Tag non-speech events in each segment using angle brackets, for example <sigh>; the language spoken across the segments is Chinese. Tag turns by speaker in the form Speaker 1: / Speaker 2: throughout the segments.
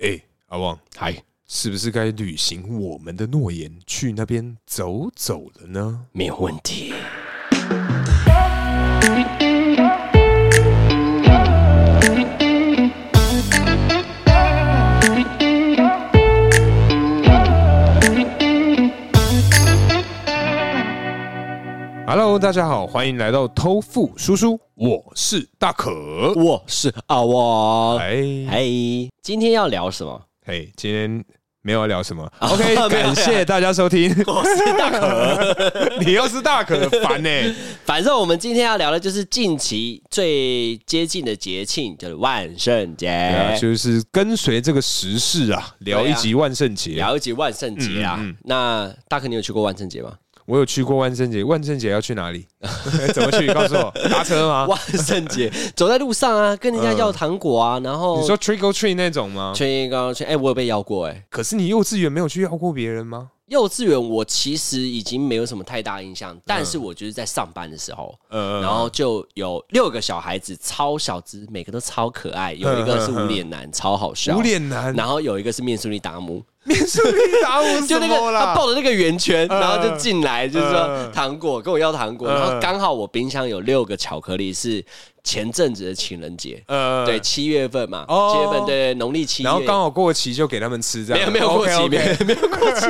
Speaker 1: 哎、阿旺，
Speaker 2: 还
Speaker 1: 是不是该履行我们的诺言，去那边走走了呢？
Speaker 2: 没有问题。
Speaker 1: Hello，大家好，欢迎来到偷富叔叔，我是大可。
Speaker 2: 我是阿旺，
Speaker 1: 哎
Speaker 2: 嘿，今天要聊什么？
Speaker 1: 嘿，今天没有要聊什
Speaker 2: <laughs>
Speaker 1: 么
Speaker 2: 啊没有
Speaker 1: ，OK，
Speaker 2: 要
Speaker 1: 感谢大家收听。
Speaker 2: 我是大可。
Speaker 1: <laughs> 你又是大可，烦
Speaker 2: <laughs>
Speaker 1: 呢、
Speaker 2: 反正我们今天要聊的就是近期最接近的节庆，就是万圣
Speaker 1: 对啊
Speaker 2: 节。
Speaker 1: 就是跟随这个时事啊，聊
Speaker 2: 哎对
Speaker 1: 一
Speaker 2: 啊
Speaker 1: 集万圣节。
Speaker 2: 聊一集万圣节啊！那大可，你有去过万圣 <laughs> 节吗？
Speaker 1: 我有去过万圣节，万圣节要去哪
Speaker 2: <laughs>
Speaker 1: 里？怎么去？告诉我，搭车吗？
Speaker 2: 万圣节走在路上啊，跟人家要糖果啊，然后
Speaker 1: 你说 trick or treat 那种吗？
Speaker 2: 吹一个吹，哎、我有被要过哎、
Speaker 1: 可是你幼稚园没有去要过别人吗？
Speaker 2: 幼稚园我其实已经没有什么太大印象，但是我就是在上班的时候，
Speaker 1: 呃，
Speaker 2: 然后就有六个小孩子，超小只，每个都超可爱，有一个是嗯无脸男，超好笑，
Speaker 1: 无，脸男
Speaker 2: 然后有一个是面苏利达姆，
Speaker 1: 面试力打我
Speaker 2: 就
Speaker 1: 什
Speaker 2: 那个啊
Speaker 1: 么
Speaker 2: 他
Speaker 1: 啦？
Speaker 2: 抱着那个圆圈，
Speaker 1: 嗯
Speaker 2: 然后就进来，就是说
Speaker 1: 嗯
Speaker 2: 糖果跟我要糖果，
Speaker 1: 嗯
Speaker 2: 然后刚好我冰箱有六个巧克力，是前阵子的情人节，
Speaker 1: 呃
Speaker 2: 对，，七月份嘛，
Speaker 1: 哦
Speaker 2: 七月份对，农历七月，
Speaker 1: 然后刚好过期就给他们吃，这
Speaker 2: 没有
Speaker 1: 样
Speaker 2: 没有过期，没
Speaker 1: OK，OK 啊
Speaker 2: 有 <laughs> 没有过期。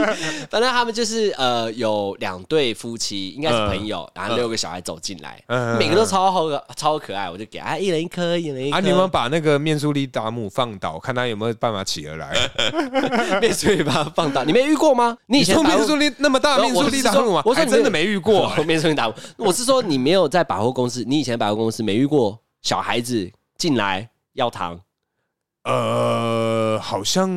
Speaker 2: 反正他们就是呃，有两对夫妻，应该是朋友，然后六个小孩走进来，
Speaker 1: 嗯
Speaker 2: 每个都超好可超可爱，我就给他一人一颗，一人一颗。
Speaker 1: 啊！你们把那个面苏力达姆放倒，看他有没有办法起得来。
Speaker 2: <laughs> 面所以把它放大，你没遇过吗？ <laughs> 你以
Speaker 1: 你
Speaker 2: 前
Speaker 1: 说
Speaker 2: 打
Speaker 1: 面
Speaker 2: 过
Speaker 1: 苏力那么大，
Speaker 2: 呃
Speaker 1: 面苏
Speaker 2: 我
Speaker 1: 力
Speaker 2: 是
Speaker 1: 达
Speaker 2: 说
Speaker 1: 姆啊，
Speaker 2: 我说
Speaker 1: 还
Speaker 2: 你
Speaker 1: 真的没遇过。
Speaker 2: <laughs> 面说你打过，我是说你没有在百货公司，你以前百货公司没遇过小孩子进来要糖，
Speaker 1: 呃，好像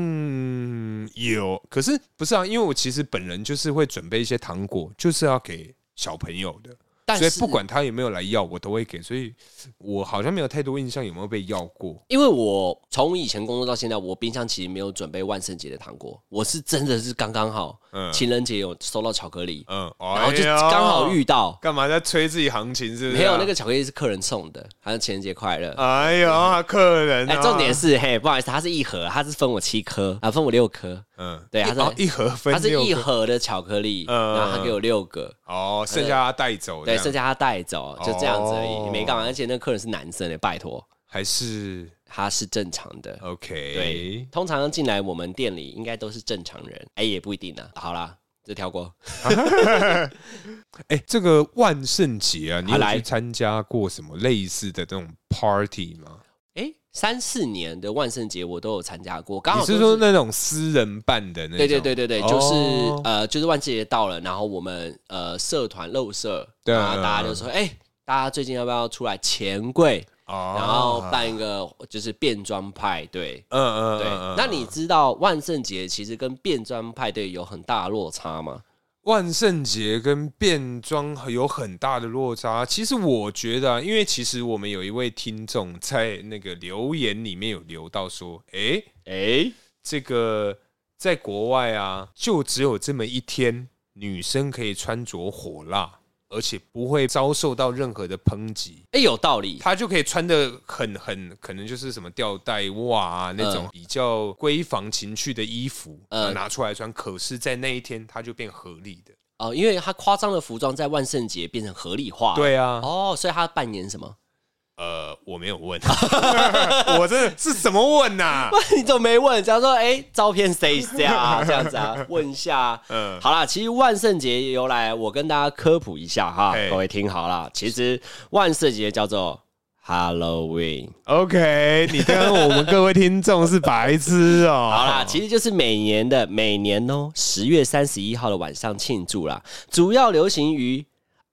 Speaker 1: 有，可是不是啊？因为我其实本人就是会准备一些糖果，就是要给小朋友的。
Speaker 2: 但
Speaker 1: 所
Speaker 2: 是
Speaker 1: 以不管他有没有来要，我都会给。所以我好像没有太多印象有没有被要过。
Speaker 2: 因为我从以前工作到现在，我冰箱其实没有准备万圣节的糖果，我是真的是刚刚好，
Speaker 1: 嗯
Speaker 2: 情人节有收到巧克力，
Speaker 1: 嗯，
Speaker 2: 然后就刚好遇到，
Speaker 1: 干嘛在吹自己行情？是不是、啊
Speaker 2: 没有那个。巧克力是客人送的，还有情人节快乐。
Speaker 1: 哎呦，客人、啊！
Speaker 2: 哎，重点是嘿，不好意思，它是一盒，它是分我七颗啊，分我六颗，
Speaker 1: 嗯，
Speaker 2: 对
Speaker 1: 一
Speaker 2: 他是
Speaker 1: 哦一盒分
Speaker 2: 它是
Speaker 1: 六
Speaker 2: 一
Speaker 1: 个
Speaker 2: 盒的巧克力，
Speaker 1: 嗯
Speaker 2: 然后他给我六个，
Speaker 1: 哦，剩下他带走这
Speaker 2: 对，
Speaker 1: 样，
Speaker 2: 剩下他带走，就这样子而
Speaker 1: 哦
Speaker 2: 已，没干嘛。而且那客人是男生的，拜托，
Speaker 1: 还是
Speaker 2: 他是正常的。对
Speaker 1: OK。，
Speaker 2: 通常进来我们店里应该都是正常人，哎，也不一定啊。好啦，就跳过。
Speaker 1: 哎、这个万圣节啊，你
Speaker 2: 好
Speaker 1: 有
Speaker 2: 来
Speaker 1: 去参加过什么类似的这种 party 吗？
Speaker 2: 哎，三四年的万圣节我都有参加过，刚
Speaker 1: 你
Speaker 2: 好
Speaker 1: 是
Speaker 2: 都
Speaker 1: 说那种私人办的那种？
Speaker 2: 对对对对对，就是、
Speaker 1: 哦
Speaker 2: 呃，就是万圣节到了，然后我们呃社团露社，
Speaker 1: 对啊
Speaker 2: 然后大家就说，哎、大家最近要不要出来钱柜，
Speaker 1: 哦
Speaker 2: 然后办一个就是变装派对。
Speaker 1: 嗯嗯嗯
Speaker 2: 对，
Speaker 1: 嗯
Speaker 2: 那你知道万圣节其实跟变装派对有很大的落差吗？
Speaker 1: 万圣节跟变装有很大的落差。其实我觉得、啊，因为其实我们有一位听众在那个留言里面有留到说，诶，
Speaker 2: 哎、
Speaker 1: 这个在国外啊，就只有这么一天，女生可以穿着火辣，而且不会遭受到任何的抨击。
Speaker 2: 哎、有道理。
Speaker 1: 她就可以穿的很很，可能就是什么吊带袜啊那种比较闺房情趣的衣服、
Speaker 2: 嗯
Speaker 1: 拿出来穿，可是，在那一天她就变合理的。
Speaker 2: 哦、因为他夸张的服装在万圣节变成合理化。。
Speaker 1: 对啊，
Speaker 2: 哦，所以他扮演什么？ <laughs>
Speaker 1: 呃，我没有问， <laughs> 我这是怎么问 <laughs> 呐、
Speaker 2: 你怎么没问？假如说，哎、照片谁下、啊、这样子啊？问一下啊、
Speaker 1: 嗯
Speaker 2: 好啦，其实万圣节由来，我跟大家科普一下哈
Speaker 1: 嘿，
Speaker 2: 各位听好啦。其实万圣节叫做 Halloween，
Speaker 1: ，OK，你跟我们各位听众是白痴哦。
Speaker 2: 好啦，其实就是每年的每年哦十月三十一号的晚上庆祝啦，主要流行于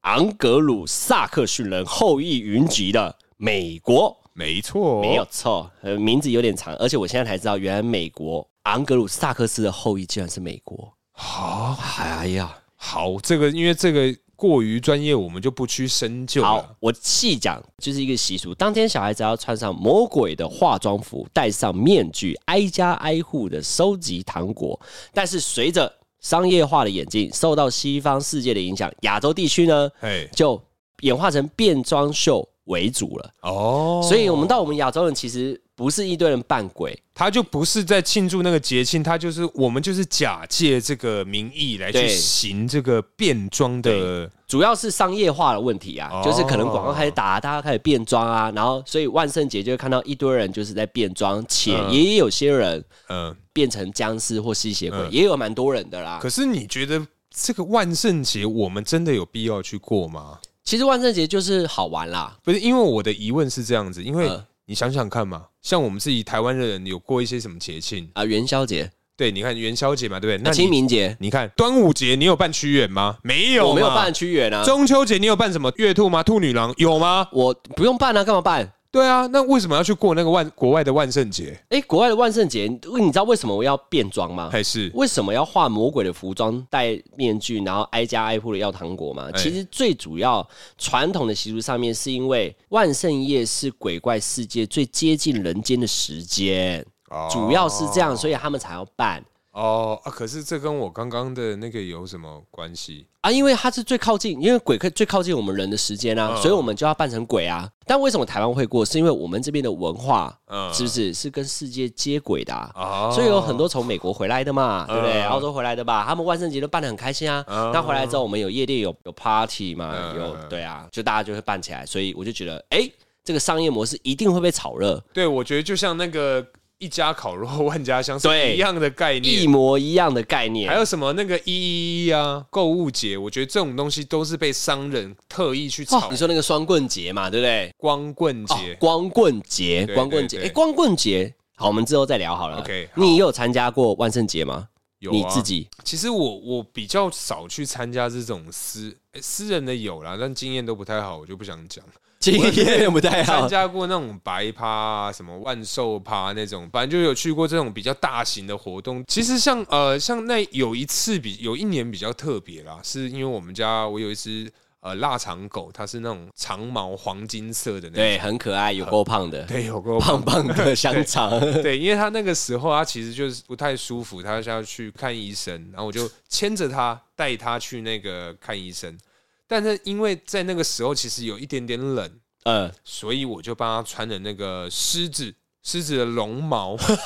Speaker 2: 昂格鲁萨克逊人后裔云集的美国。
Speaker 1: 没错，
Speaker 2: 没有错，呃，名字有点长，而且我现在才知道，原来美国昂格鲁萨克斯的后裔竟然是美国。
Speaker 1: 好
Speaker 2: 哎呀，
Speaker 1: 好，这个因为这个过于专业，我们就不去深究
Speaker 2: 好
Speaker 1: 了。，
Speaker 2: 我细讲，就是一个习俗。当天小孩子要穿上魔鬼的化妆服，戴上面具，挨家挨户的收集糖果。但是随着商业化的演进，受到西方世界的影响，亚洲地区呢
Speaker 1: 哎，
Speaker 2: 就演化成变装秀为主了。
Speaker 1: 哦，
Speaker 2: 所以，我们到我们亚洲人其实。不是一堆人扮鬼，
Speaker 1: 他就不是在庆祝那个节庆，他就是我们就是假借这个名义来去
Speaker 2: 对
Speaker 1: 行这个变装的
Speaker 2: 主要是商业化的问题啊，
Speaker 1: 哦
Speaker 2: 就是可能广告开始打，大家开始变装啊，然后所以万圣节就会看到一堆人就是在变装，且
Speaker 1: 嗯
Speaker 2: 也有些人
Speaker 1: 呃。
Speaker 2: 变成僵尸或吸血鬼，
Speaker 1: 嗯
Speaker 2: 也有蛮多人的啦。
Speaker 1: 可是你觉得这个万圣节我们真的有必要去过吗？
Speaker 2: 其实万圣节就是好玩啦，
Speaker 1: 不是，因为我的疑问是这样子，因为
Speaker 2: 嗯
Speaker 1: 你想想看嘛，像我们自己台湾人有过一些什么节庆？
Speaker 2: 啊、元宵节、
Speaker 1: 对，你看元宵节嘛，对不对？
Speaker 2: 啊、
Speaker 1: 那你
Speaker 2: 清明节，
Speaker 1: 你看端午节，你有办屈原吗？没有，
Speaker 2: 我没有办。屈原啊，
Speaker 1: 中秋节你有办什么月兔吗？兔女郎有吗？
Speaker 2: 我不用办啊，干嘛办？
Speaker 1: 对啊，那为什么要去过那个万国外的万圣节？
Speaker 2: 哎、国外的万圣节，你你知道为什么我要变装吗？
Speaker 1: 还是
Speaker 2: 为什么要画魔鬼的服装、戴面具，然后挨家挨户的要糖果嘛？
Speaker 1: 哎
Speaker 2: 其实最主要传统的习俗上面，是因为万圣夜是鬼怪世界最接近人间的时间，主要是这样，所以他们才要办
Speaker 1: 哦啊？可是这跟我刚刚的那个有什么关系？
Speaker 2: 啊，因为它是最靠近，因为鬼可以最靠近我们人的时间啊，
Speaker 1: 嗯
Speaker 2: 所以我们就要扮成鬼啊。但为什么台湾会过？是因为我们这边的文化
Speaker 1: 嗯
Speaker 2: 是不是是跟世界接轨的啊？
Speaker 1: 啊
Speaker 2: 所以有很多从美国回来的嘛，对不对？
Speaker 1: 嗯
Speaker 2: 澳洲回来的吧，他们万圣节都办得很开心啊。
Speaker 1: 嗯
Speaker 2: 那回来之后，我们有夜店，有有 party 嘛，
Speaker 1: 嗯
Speaker 2: 有
Speaker 1: 嗯
Speaker 2: 对啊，就大家就会办起来。所以我就觉得，哎，这个商业模式一定会被炒热，
Speaker 1: 对，我觉得就像那个一家烤肉万家香是
Speaker 2: 对
Speaker 1: 一样的概
Speaker 2: 一
Speaker 1: 念。
Speaker 2: 模一样的概
Speaker 1: 还
Speaker 2: 念。
Speaker 1: 有什么那个一一一啊，购物节，我觉得这种东西都是被商人特意去炒
Speaker 2: 哦你。说那个双棍节嘛，对不对？
Speaker 1: 光棍
Speaker 2: 哦
Speaker 1: 节，
Speaker 2: 光棍节，
Speaker 1: 对
Speaker 2: 光棍节，
Speaker 1: 对对
Speaker 2: 哎，光棍节，好，我们之后再聊好了。
Speaker 1: OK，好
Speaker 2: 你有参加过万圣节吗？
Speaker 1: 有啊
Speaker 2: 你自己
Speaker 1: 其实我我比较少去参加这种私诶私人的有啦，但经验都不太好，我就不想讲。
Speaker 2: 经验不太 <laughs> 好
Speaker 1: 参，加过那种白趴、啊、什么万寿趴那种，反正就有去过这种比较大型的活动。其实像呃像那有一次比有一年比较特别啦，是因为我们家我有一只呃腊肠狗，它是那种长毛黄金色的那种，
Speaker 2: 对，很可爱，有够胖的，
Speaker 1: 对，有够胖。
Speaker 2: 胖胖的香
Speaker 1: <laughs>
Speaker 2: 肠。
Speaker 1: 对，因为他那个时候他其实就是不太舒服，他是要去看医生，然后我就牵着他带他去那个看医生。但是因为在那个时候其实有一点点冷，
Speaker 2: 嗯，
Speaker 1: 所以我就帮他穿了那个狮子狮子的绒毛， <laughs>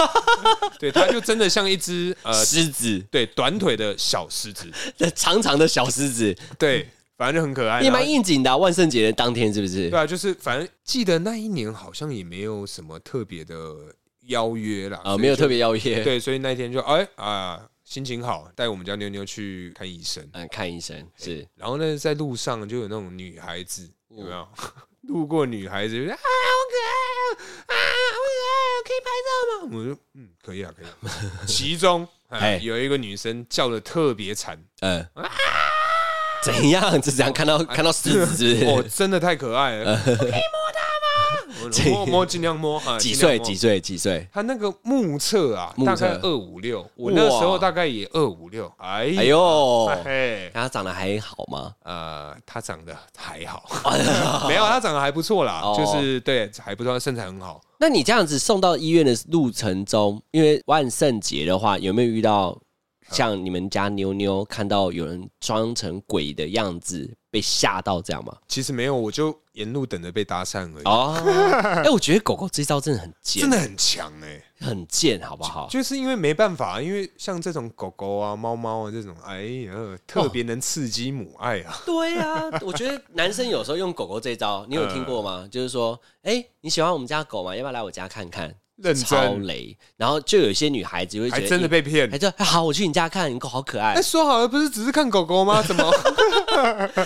Speaker 1: 对，它就真的像一只呃，
Speaker 2: 狮子，
Speaker 1: 对，短腿的小狮子，
Speaker 2: 这 <laughs> 长长的小狮子，
Speaker 1: 对，反正就很可爱。
Speaker 2: 也蛮
Speaker 1: 哎然后
Speaker 2: 应景的啊、万圣节的当天是不是
Speaker 1: 对？啊，就是反正记得那一年好像也没有什么特别的邀约啦，
Speaker 2: 啊，
Speaker 1: 所以
Speaker 2: 没有
Speaker 1: 就
Speaker 2: 特别邀约。
Speaker 1: 对，所以那一天就哎啊、心情好，带我们家妞妞去看医生。
Speaker 2: 嗯，看医生是
Speaker 1: 然后呢，在路上就有那种女孩子，
Speaker 2: 嗯
Speaker 1: 有没有？ <laughs> 路过女孩子就说啊，好可爱哦，啊，好可爱哦，可以拍照吗？我就嗯，可以啊，可以啊。其中、啊、
Speaker 2: 哎
Speaker 1: 有一个女生叫的特别惨，
Speaker 2: 嗯，怎样？就这样看到看到狮子是
Speaker 1: 哦
Speaker 2: <laughs> 不，是？
Speaker 1: 真的太可爱
Speaker 2: <laughs>
Speaker 1: 了，可以摸它吗？我摸摸，尽量摸啊。
Speaker 2: 几
Speaker 1: 尽量
Speaker 2: 岁？
Speaker 1: 摸
Speaker 2: 几？岁？几岁？
Speaker 1: 她那个目测啊，
Speaker 2: 目
Speaker 1: 大
Speaker 2: 测
Speaker 1: 概二五六，我那时候
Speaker 2: 哇
Speaker 1: 大概也二五六。哎
Speaker 2: 哎
Speaker 1: 呦，
Speaker 2: 呦，
Speaker 1: 嘿。
Speaker 2: 他长得还好吗？
Speaker 1: 呃，他长得还好， <laughs> 没有，他长得还不错啦，
Speaker 2: 哎哦
Speaker 1: 就是对，还不错，身材很好。
Speaker 2: 那你这样子送到医院的路程中，因为万圣节的话，有没有遇到像你们家妞妞看到有人装成鬼的样子被吓到这样吗？
Speaker 1: 其实没有，我就沿路等着被搭讪而已， <laughs>
Speaker 2: 哦，哎、我觉得狗狗这招真的很贱，
Speaker 1: 真的很强哎、
Speaker 2: 很贱，好不好？
Speaker 1: 就是因为没办法，因为像这种狗狗啊、猫猫啊这种，哎呀，特别能刺激母爱啊。
Speaker 2: 对啊，我觉得男生有时候用狗狗这一招，你有听过
Speaker 1: 嗯
Speaker 2: 吗？就是说，哎、你喜欢我们家狗吗？要不要来我家看看？
Speaker 1: 认
Speaker 2: 超
Speaker 1: 真，
Speaker 2: 雷，然后就有一些女孩子会觉
Speaker 1: 还
Speaker 2: 得
Speaker 1: 真的被骗
Speaker 2: 哎，还。就、哎好，我去你家看，你狗好可爱
Speaker 1: 哎，。说好了不是只是看狗狗
Speaker 2: <laughs>
Speaker 1: 吗？怎么？ <laughs>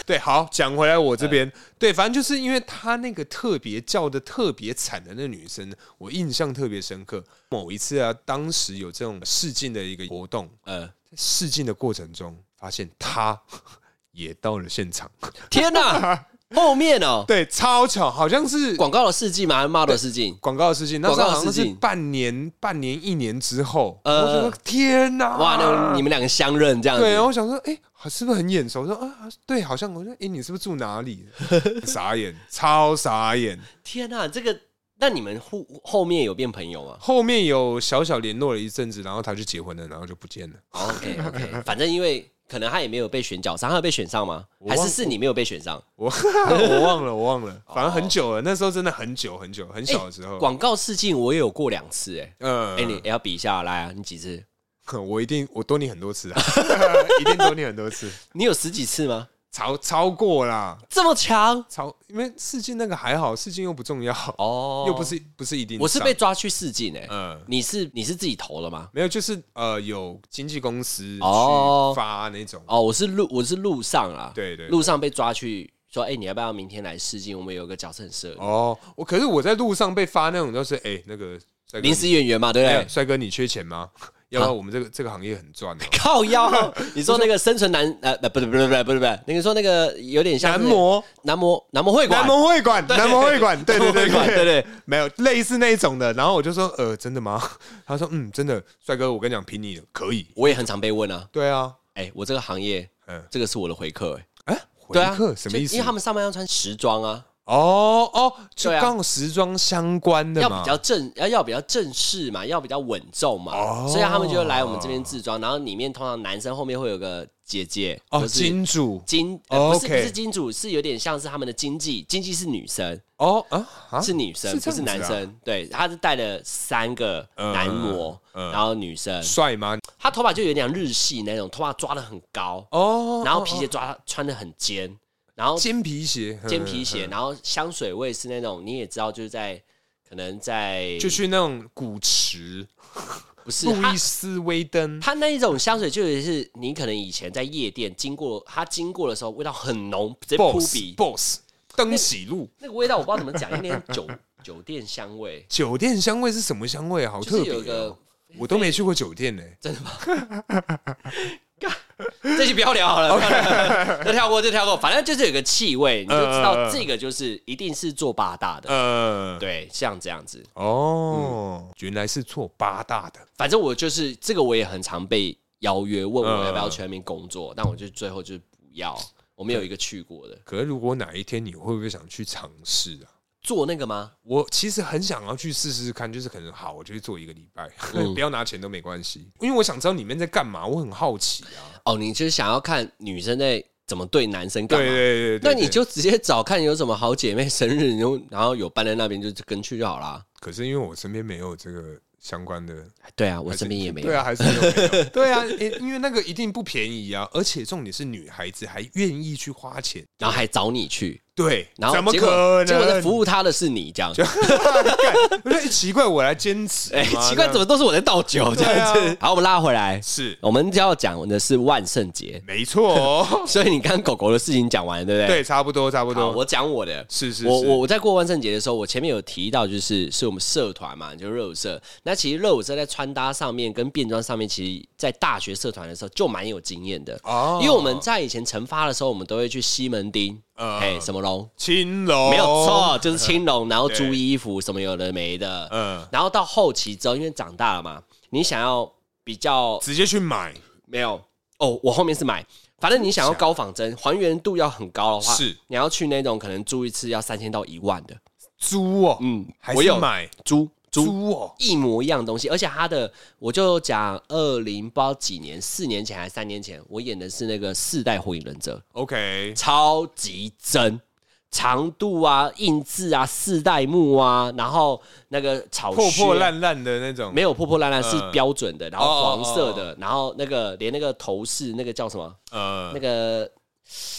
Speaker 1: 对，好，讲回来我这边，对，反正就是因为他那个特别叫的特别惨的那女生，我印象特别深刻。某一次啊，当时有这种试镜的一个活动，
Speaker 2: 呃，
Speaker 1: 在试镜的过程中，发现他 <laughs> 也到了现场， <laughs>
Speaker 2: 天哪、后面哦，
Speaker 1: 对，超巧，好像是
Speaker 2: 广告的事迹嘛，还是 model 事迹，
Speaker 1: 广告的事情，那时候
Speaker 2: 广告的
Speaker 1: 好像
Speaker 2: 试
Speaker 1: 是
Speaker 2: 镜
Speaker 1: 半年、半年、一年之后，
Speaker 2: 呃
Speaker 1: 我觉得天哪，
Speaker 2: 哇，那你们两个相认这样子，
Speaker 1: 对，然后我想说，哎、是不是很眼熟？我说啊，对，好像。我说，哎、你是不是住哪里？ <laughs> 傻眼，超傻眼。
Speaker 2: 天哪、这个，那你们后后面有变朋友吗？
Speaker 1: 后面有小小联络了一阵子，然后他就结婚了，然后就不见了。
Speaker 2: 哦
Speaker 1: <laughs>
Speaker 2: OK OK，反正因为可能他也没有被选角上，他有被选上吗？
Speaker 1: 我
Speaker 2: 还
Speaker 1: 忘
Speaker 2: 是是你没有被选上？
Speaker 1: 我 <laughs> 我忘了，我忘了，反正很久了，那时候真的很久很久，很小的时候。
Speaker 2: 哦哎广告试镜我也有过两次、哎、
Speaker 1: 嗯，
Speaker 2: 哎、你也要比一下来啊，你几次？
Speaker 1: <laughs> 我一定我多你很多
Speaker 2: <laughs>
Speaker 1: 次啊，一定多你很多次，
Speaker 2: 你有十几次吗？
Speaker 1: 超超过啦，
Speaker 2: 这么强
Speaker 1: 超因为试镜那个还好，试镜又不重要，
Speaker 2: 哦
Speaker 1: 又不是不是一定上。
Speaker 2: 我是被抓去试镜哎、
Speaker 1: 嗯。
Speaker 2: 你是你是自己投了吗？
Speaker 1: 没有，就是呃，有经纪公司去
Speaker 2: 哦
Speaker 1: 发那种，
Speaker 2: 哦，我是路我是路上啊，
Speaker 1: 对对对
Speaker 2: 路上被抓去说，哎、你要不要明天来试镜？我们有个角色很适合你，
Speaker 1: 哦，我可是我在路上被发那种，就是哎、那个帅哥
Speaker 2: 临时演员啊嘛，对不
Speaker 1: 哎
Speaker 2: 对？
Speaker 1: 帅哥，你缺钱吗？要不然我们这个这个行业很
Speaker 2: <laughs>
Speaker 1: 赚哦。<laughs>
Speaker 2: 靠腰，你说那个生存男呃，不是不是不是不是不是，你说那个有点像
Speaker 1: 男模，
Speaker 2: 男模男模会馆，
Speaker 1: 南门会馆，南门会馆，对对对
Speaker 2: 南门会馆对对，
Speaker 1: 没有类似那一种的。然后我就说，呃，真的吗？ <laughs> 他说，嗯，真的，帅哥，我跟你讲，凭你的可以。
Speaker 2: 我也很常被问啊，
Speaker 1: 对啊，
Speaker 2: 哎、我这个行业，
Speaker 1: 嗯
Speaker 2: 这个是我的回课、哎
Speaker 1: 哎、
Speaker 2: 对
Speaker 1: 回
Speaker 2: 啊
Speaker 1: 客，什么
Speaker 2: 就
Speaker 1: 意思
Speaker 2: 因为？他们上班要穿时装啊，
Speaker 1: 哦哦，就
Speaker 2: 对啊
Speaker 1: 刚好时装相关的
Speaker 2: 要
Speaker 1: 嘛
Speaker 2: 比。较正，要要比较正式嘛，要比较稳重嘛，
Speaker 1: 哦
Speaker 2: 所以他们就来我们这边自装，然后里面通常男生后面会有个姐姐，
Speaker 1: 哦，
Speaker 2: 就是
Speaker 1: 金主
Speaker 2: 金，呃不是
Speaker 1: OK
Speaker 2: 不是金主，是有点像是他们的经纪，经纪是女生，
Speaker 1: 哦啊啊，
Speaker 2: 是女生，
Speaker 1: 是这样
Speaker 2: 不是
Speaker 1: 子
Speaker 2: 男
Speaker 1: 啊
Speaker 2: 生，对，他是带了三个男模，
Speaker 1: 嗯嗯
Speaker 2: 然后女生，
Speaker 1: 帅吗？
Speaker 2: 他头发就有点像日系那种，头发抓的很高，
Speaker 1: 哦，
Speaker 2: 然后皮
Speaker 1: 哦
Speaker 2: 鞋抓穿的很尖，然后
Speaker 1: 尖皮鞋，
Speaker 2: 尖皮鞋，
Speaker 1: 嗯，
Speaker 2: 然后香水味是那种你也知道，就是在可能在
Speaker 1: 嗯就去那种古驰、
Speaker 2: 不是
Speaker 1: 路
Speaker 2: 他
Speaker 1: 易斯威登，
Speaker 2: 他那一种香水，就是是你可能以前在夜店经过，他经过的时候味道很浓，直接扑
Speaker 1: Boss
Speaker 2: 鼻，
Speaker 1: Boss 登喜路。
Speaker 2: 那个味道我不知道怎么讲，有点酒 <laughs> 酒店香味，
Speaker 1: 酒店香味是什么香味啊？好
Speaker 2: 就
Speaker 1: 特
Speaker 2: 是
Speaker 1: 别
Speaker 2: 有一
Speaker 1: 哦
Speaker 2: 个！
Speaker 1: 我都没去过酒店呢。
Speaker 2: 这期不要聊好
Speaker 1: <laughs>
Speaker 2: 了，不要 <laughs> 聊就跳过就跳过，反正就是有个气味，你就知
Speaker 1: 嗯嗯
Speaker 2: 道
Speaker 1: 嗯
Speaker 2: 这个就是一定是做八大的，
Speaker 1: 呃，
Speaker 2: 对，嗯像这样子。
Speaker 1: 哦，原来是做八大的，
Speaker 2: 反正我就是这个，我也很常被邀约问我
Speaker 1: 嗯
Speaker 2: 要不要去那边工作，但我就最后就是不要。我们有一个去过的，
Speaker 1: 可是如果哪一天你会不会想去尝试啊？
Speaker 2: 做那个吗？
Speaker 1: 我其实很想要去试试看，就是可能好，我就去做一个礼拜，<laughs>
Speaker 2: 嗯
Speaker 1: 不要拿钱都没关系，因为我想知道里面在干嘛，我很好奇啊。
Speaker 2: 哦，你就是想要看女生在怎么对男生干嘛？
Speaker 1: 对对对，对
Speaker 2: 那你就直接找看有什么好姐妹生日，然后然后有办在那边就跟去就好啦。
Speaker 1: 可是因为我身边没有这个相关的，
Speaker 2: 对啊，我身边也没
Speaker 1: 对
Speaker 2: 有。
Speaker 1: 啊，还是没有
Speaker 2: <laughs>
Speaker 1: 没有对啊，诶因为那个一定不便宜啊，而且重点是女孩子还愿意去花钱，
Speaker 2: 然后还找你去，
Speaker 1: 对，
Speaker 2: 然后
Speaker 1: 怎么
Speaker 2: 结果
Speaker 1: 可能？
Speaker 2: 结果
Speaker 1: <laughs>
Speaker 2: 在服务她的是你，这样。
Speaker 1: 我觉得奇怪，我来坚持
Speaker 2: 哎、
Speaker 1: 吗，
Speaker 2: 奇怪，哦
Speaker 1: 那
Speaker 2: 怎么都是我在倒酒这样
Speaker 1: 对
Speaker 2: 子
Speaker 1: 啊？
Speaker 2: 好，我们拉回来，
Speaker 1: 是
Speaker 2: 我们要讲的是万圣节，，
Speaker 1: 没错哦
Speaker 2: 所以你刚狗狗的事情讲完， <laughs> 对不对？
Speaker 1: 对，差不多差不
Speaker 2: 好，
Speaker 1: 多，
Speaker 2: 我讲我的。
Speaker 1: 是是是，
Speaker 2: 我我我在过万圣节的时候，我前面有提到，就是是我们社团嘛，就是热舞社。那其实热舞社在穿搭上面跟变装上面，其实在大学社团的时候就蛮有经验的。
Speaker 1: 哦
Speaker 2: 因为我们在以前惩发的时候，我们都会去西门町，
Speaker 1: 呃
Speaker 2: 哎、什么龙，
Speaker 1: 青龙
Speaker 2: 没有错，，就是青龙，然后
Speaker 1: 对
Speaker 2: 租衣服什么有的没的。
Speaker 1: 嗯，
Speaker 2: 然后到后期之后，因为长大了嘛，你想要比较
Speaker 1: 直接去买
Speaker 2: 没有哦，我后面是买，反正你想要高仿真，还原度要很高的话，
Speaker 1: 是
Speaker 2: 你要去那种可能租一次要三千到一万的，
Speaker 1: 猪哦，
Speaker 2: 嗯，
Speaker 1: 还
Speaker 2: 我
Speaker 1: 是
Speaker 2: 有
Speaker 1: 买
Speaker 2: 租租
Speaker 1: 猪哦，
Speaker 2: 一模一样的东西，而且它的我就讲二零不知道几年，四年前还是三年前，我演的是那个四代火影忍者，
Speaker 1: ，OK，
Speaker 2: 超级真。长度啊，印字啊，四代目啊，然后那个草
Speaker 1: 破
Speaker 2: 靴啊
Speaker 1: 破烂烂的那种，
Speaker 2: 没有破破烂烂是
Speaker 1: 嗯
Speaker 2: 标准的，然
Speaker 1: 哦哦
Speaker 2: 后黄色的，然后那个连那个头饰那个叫什么？
Speaker 1: 呃
Speaker 2: 那，个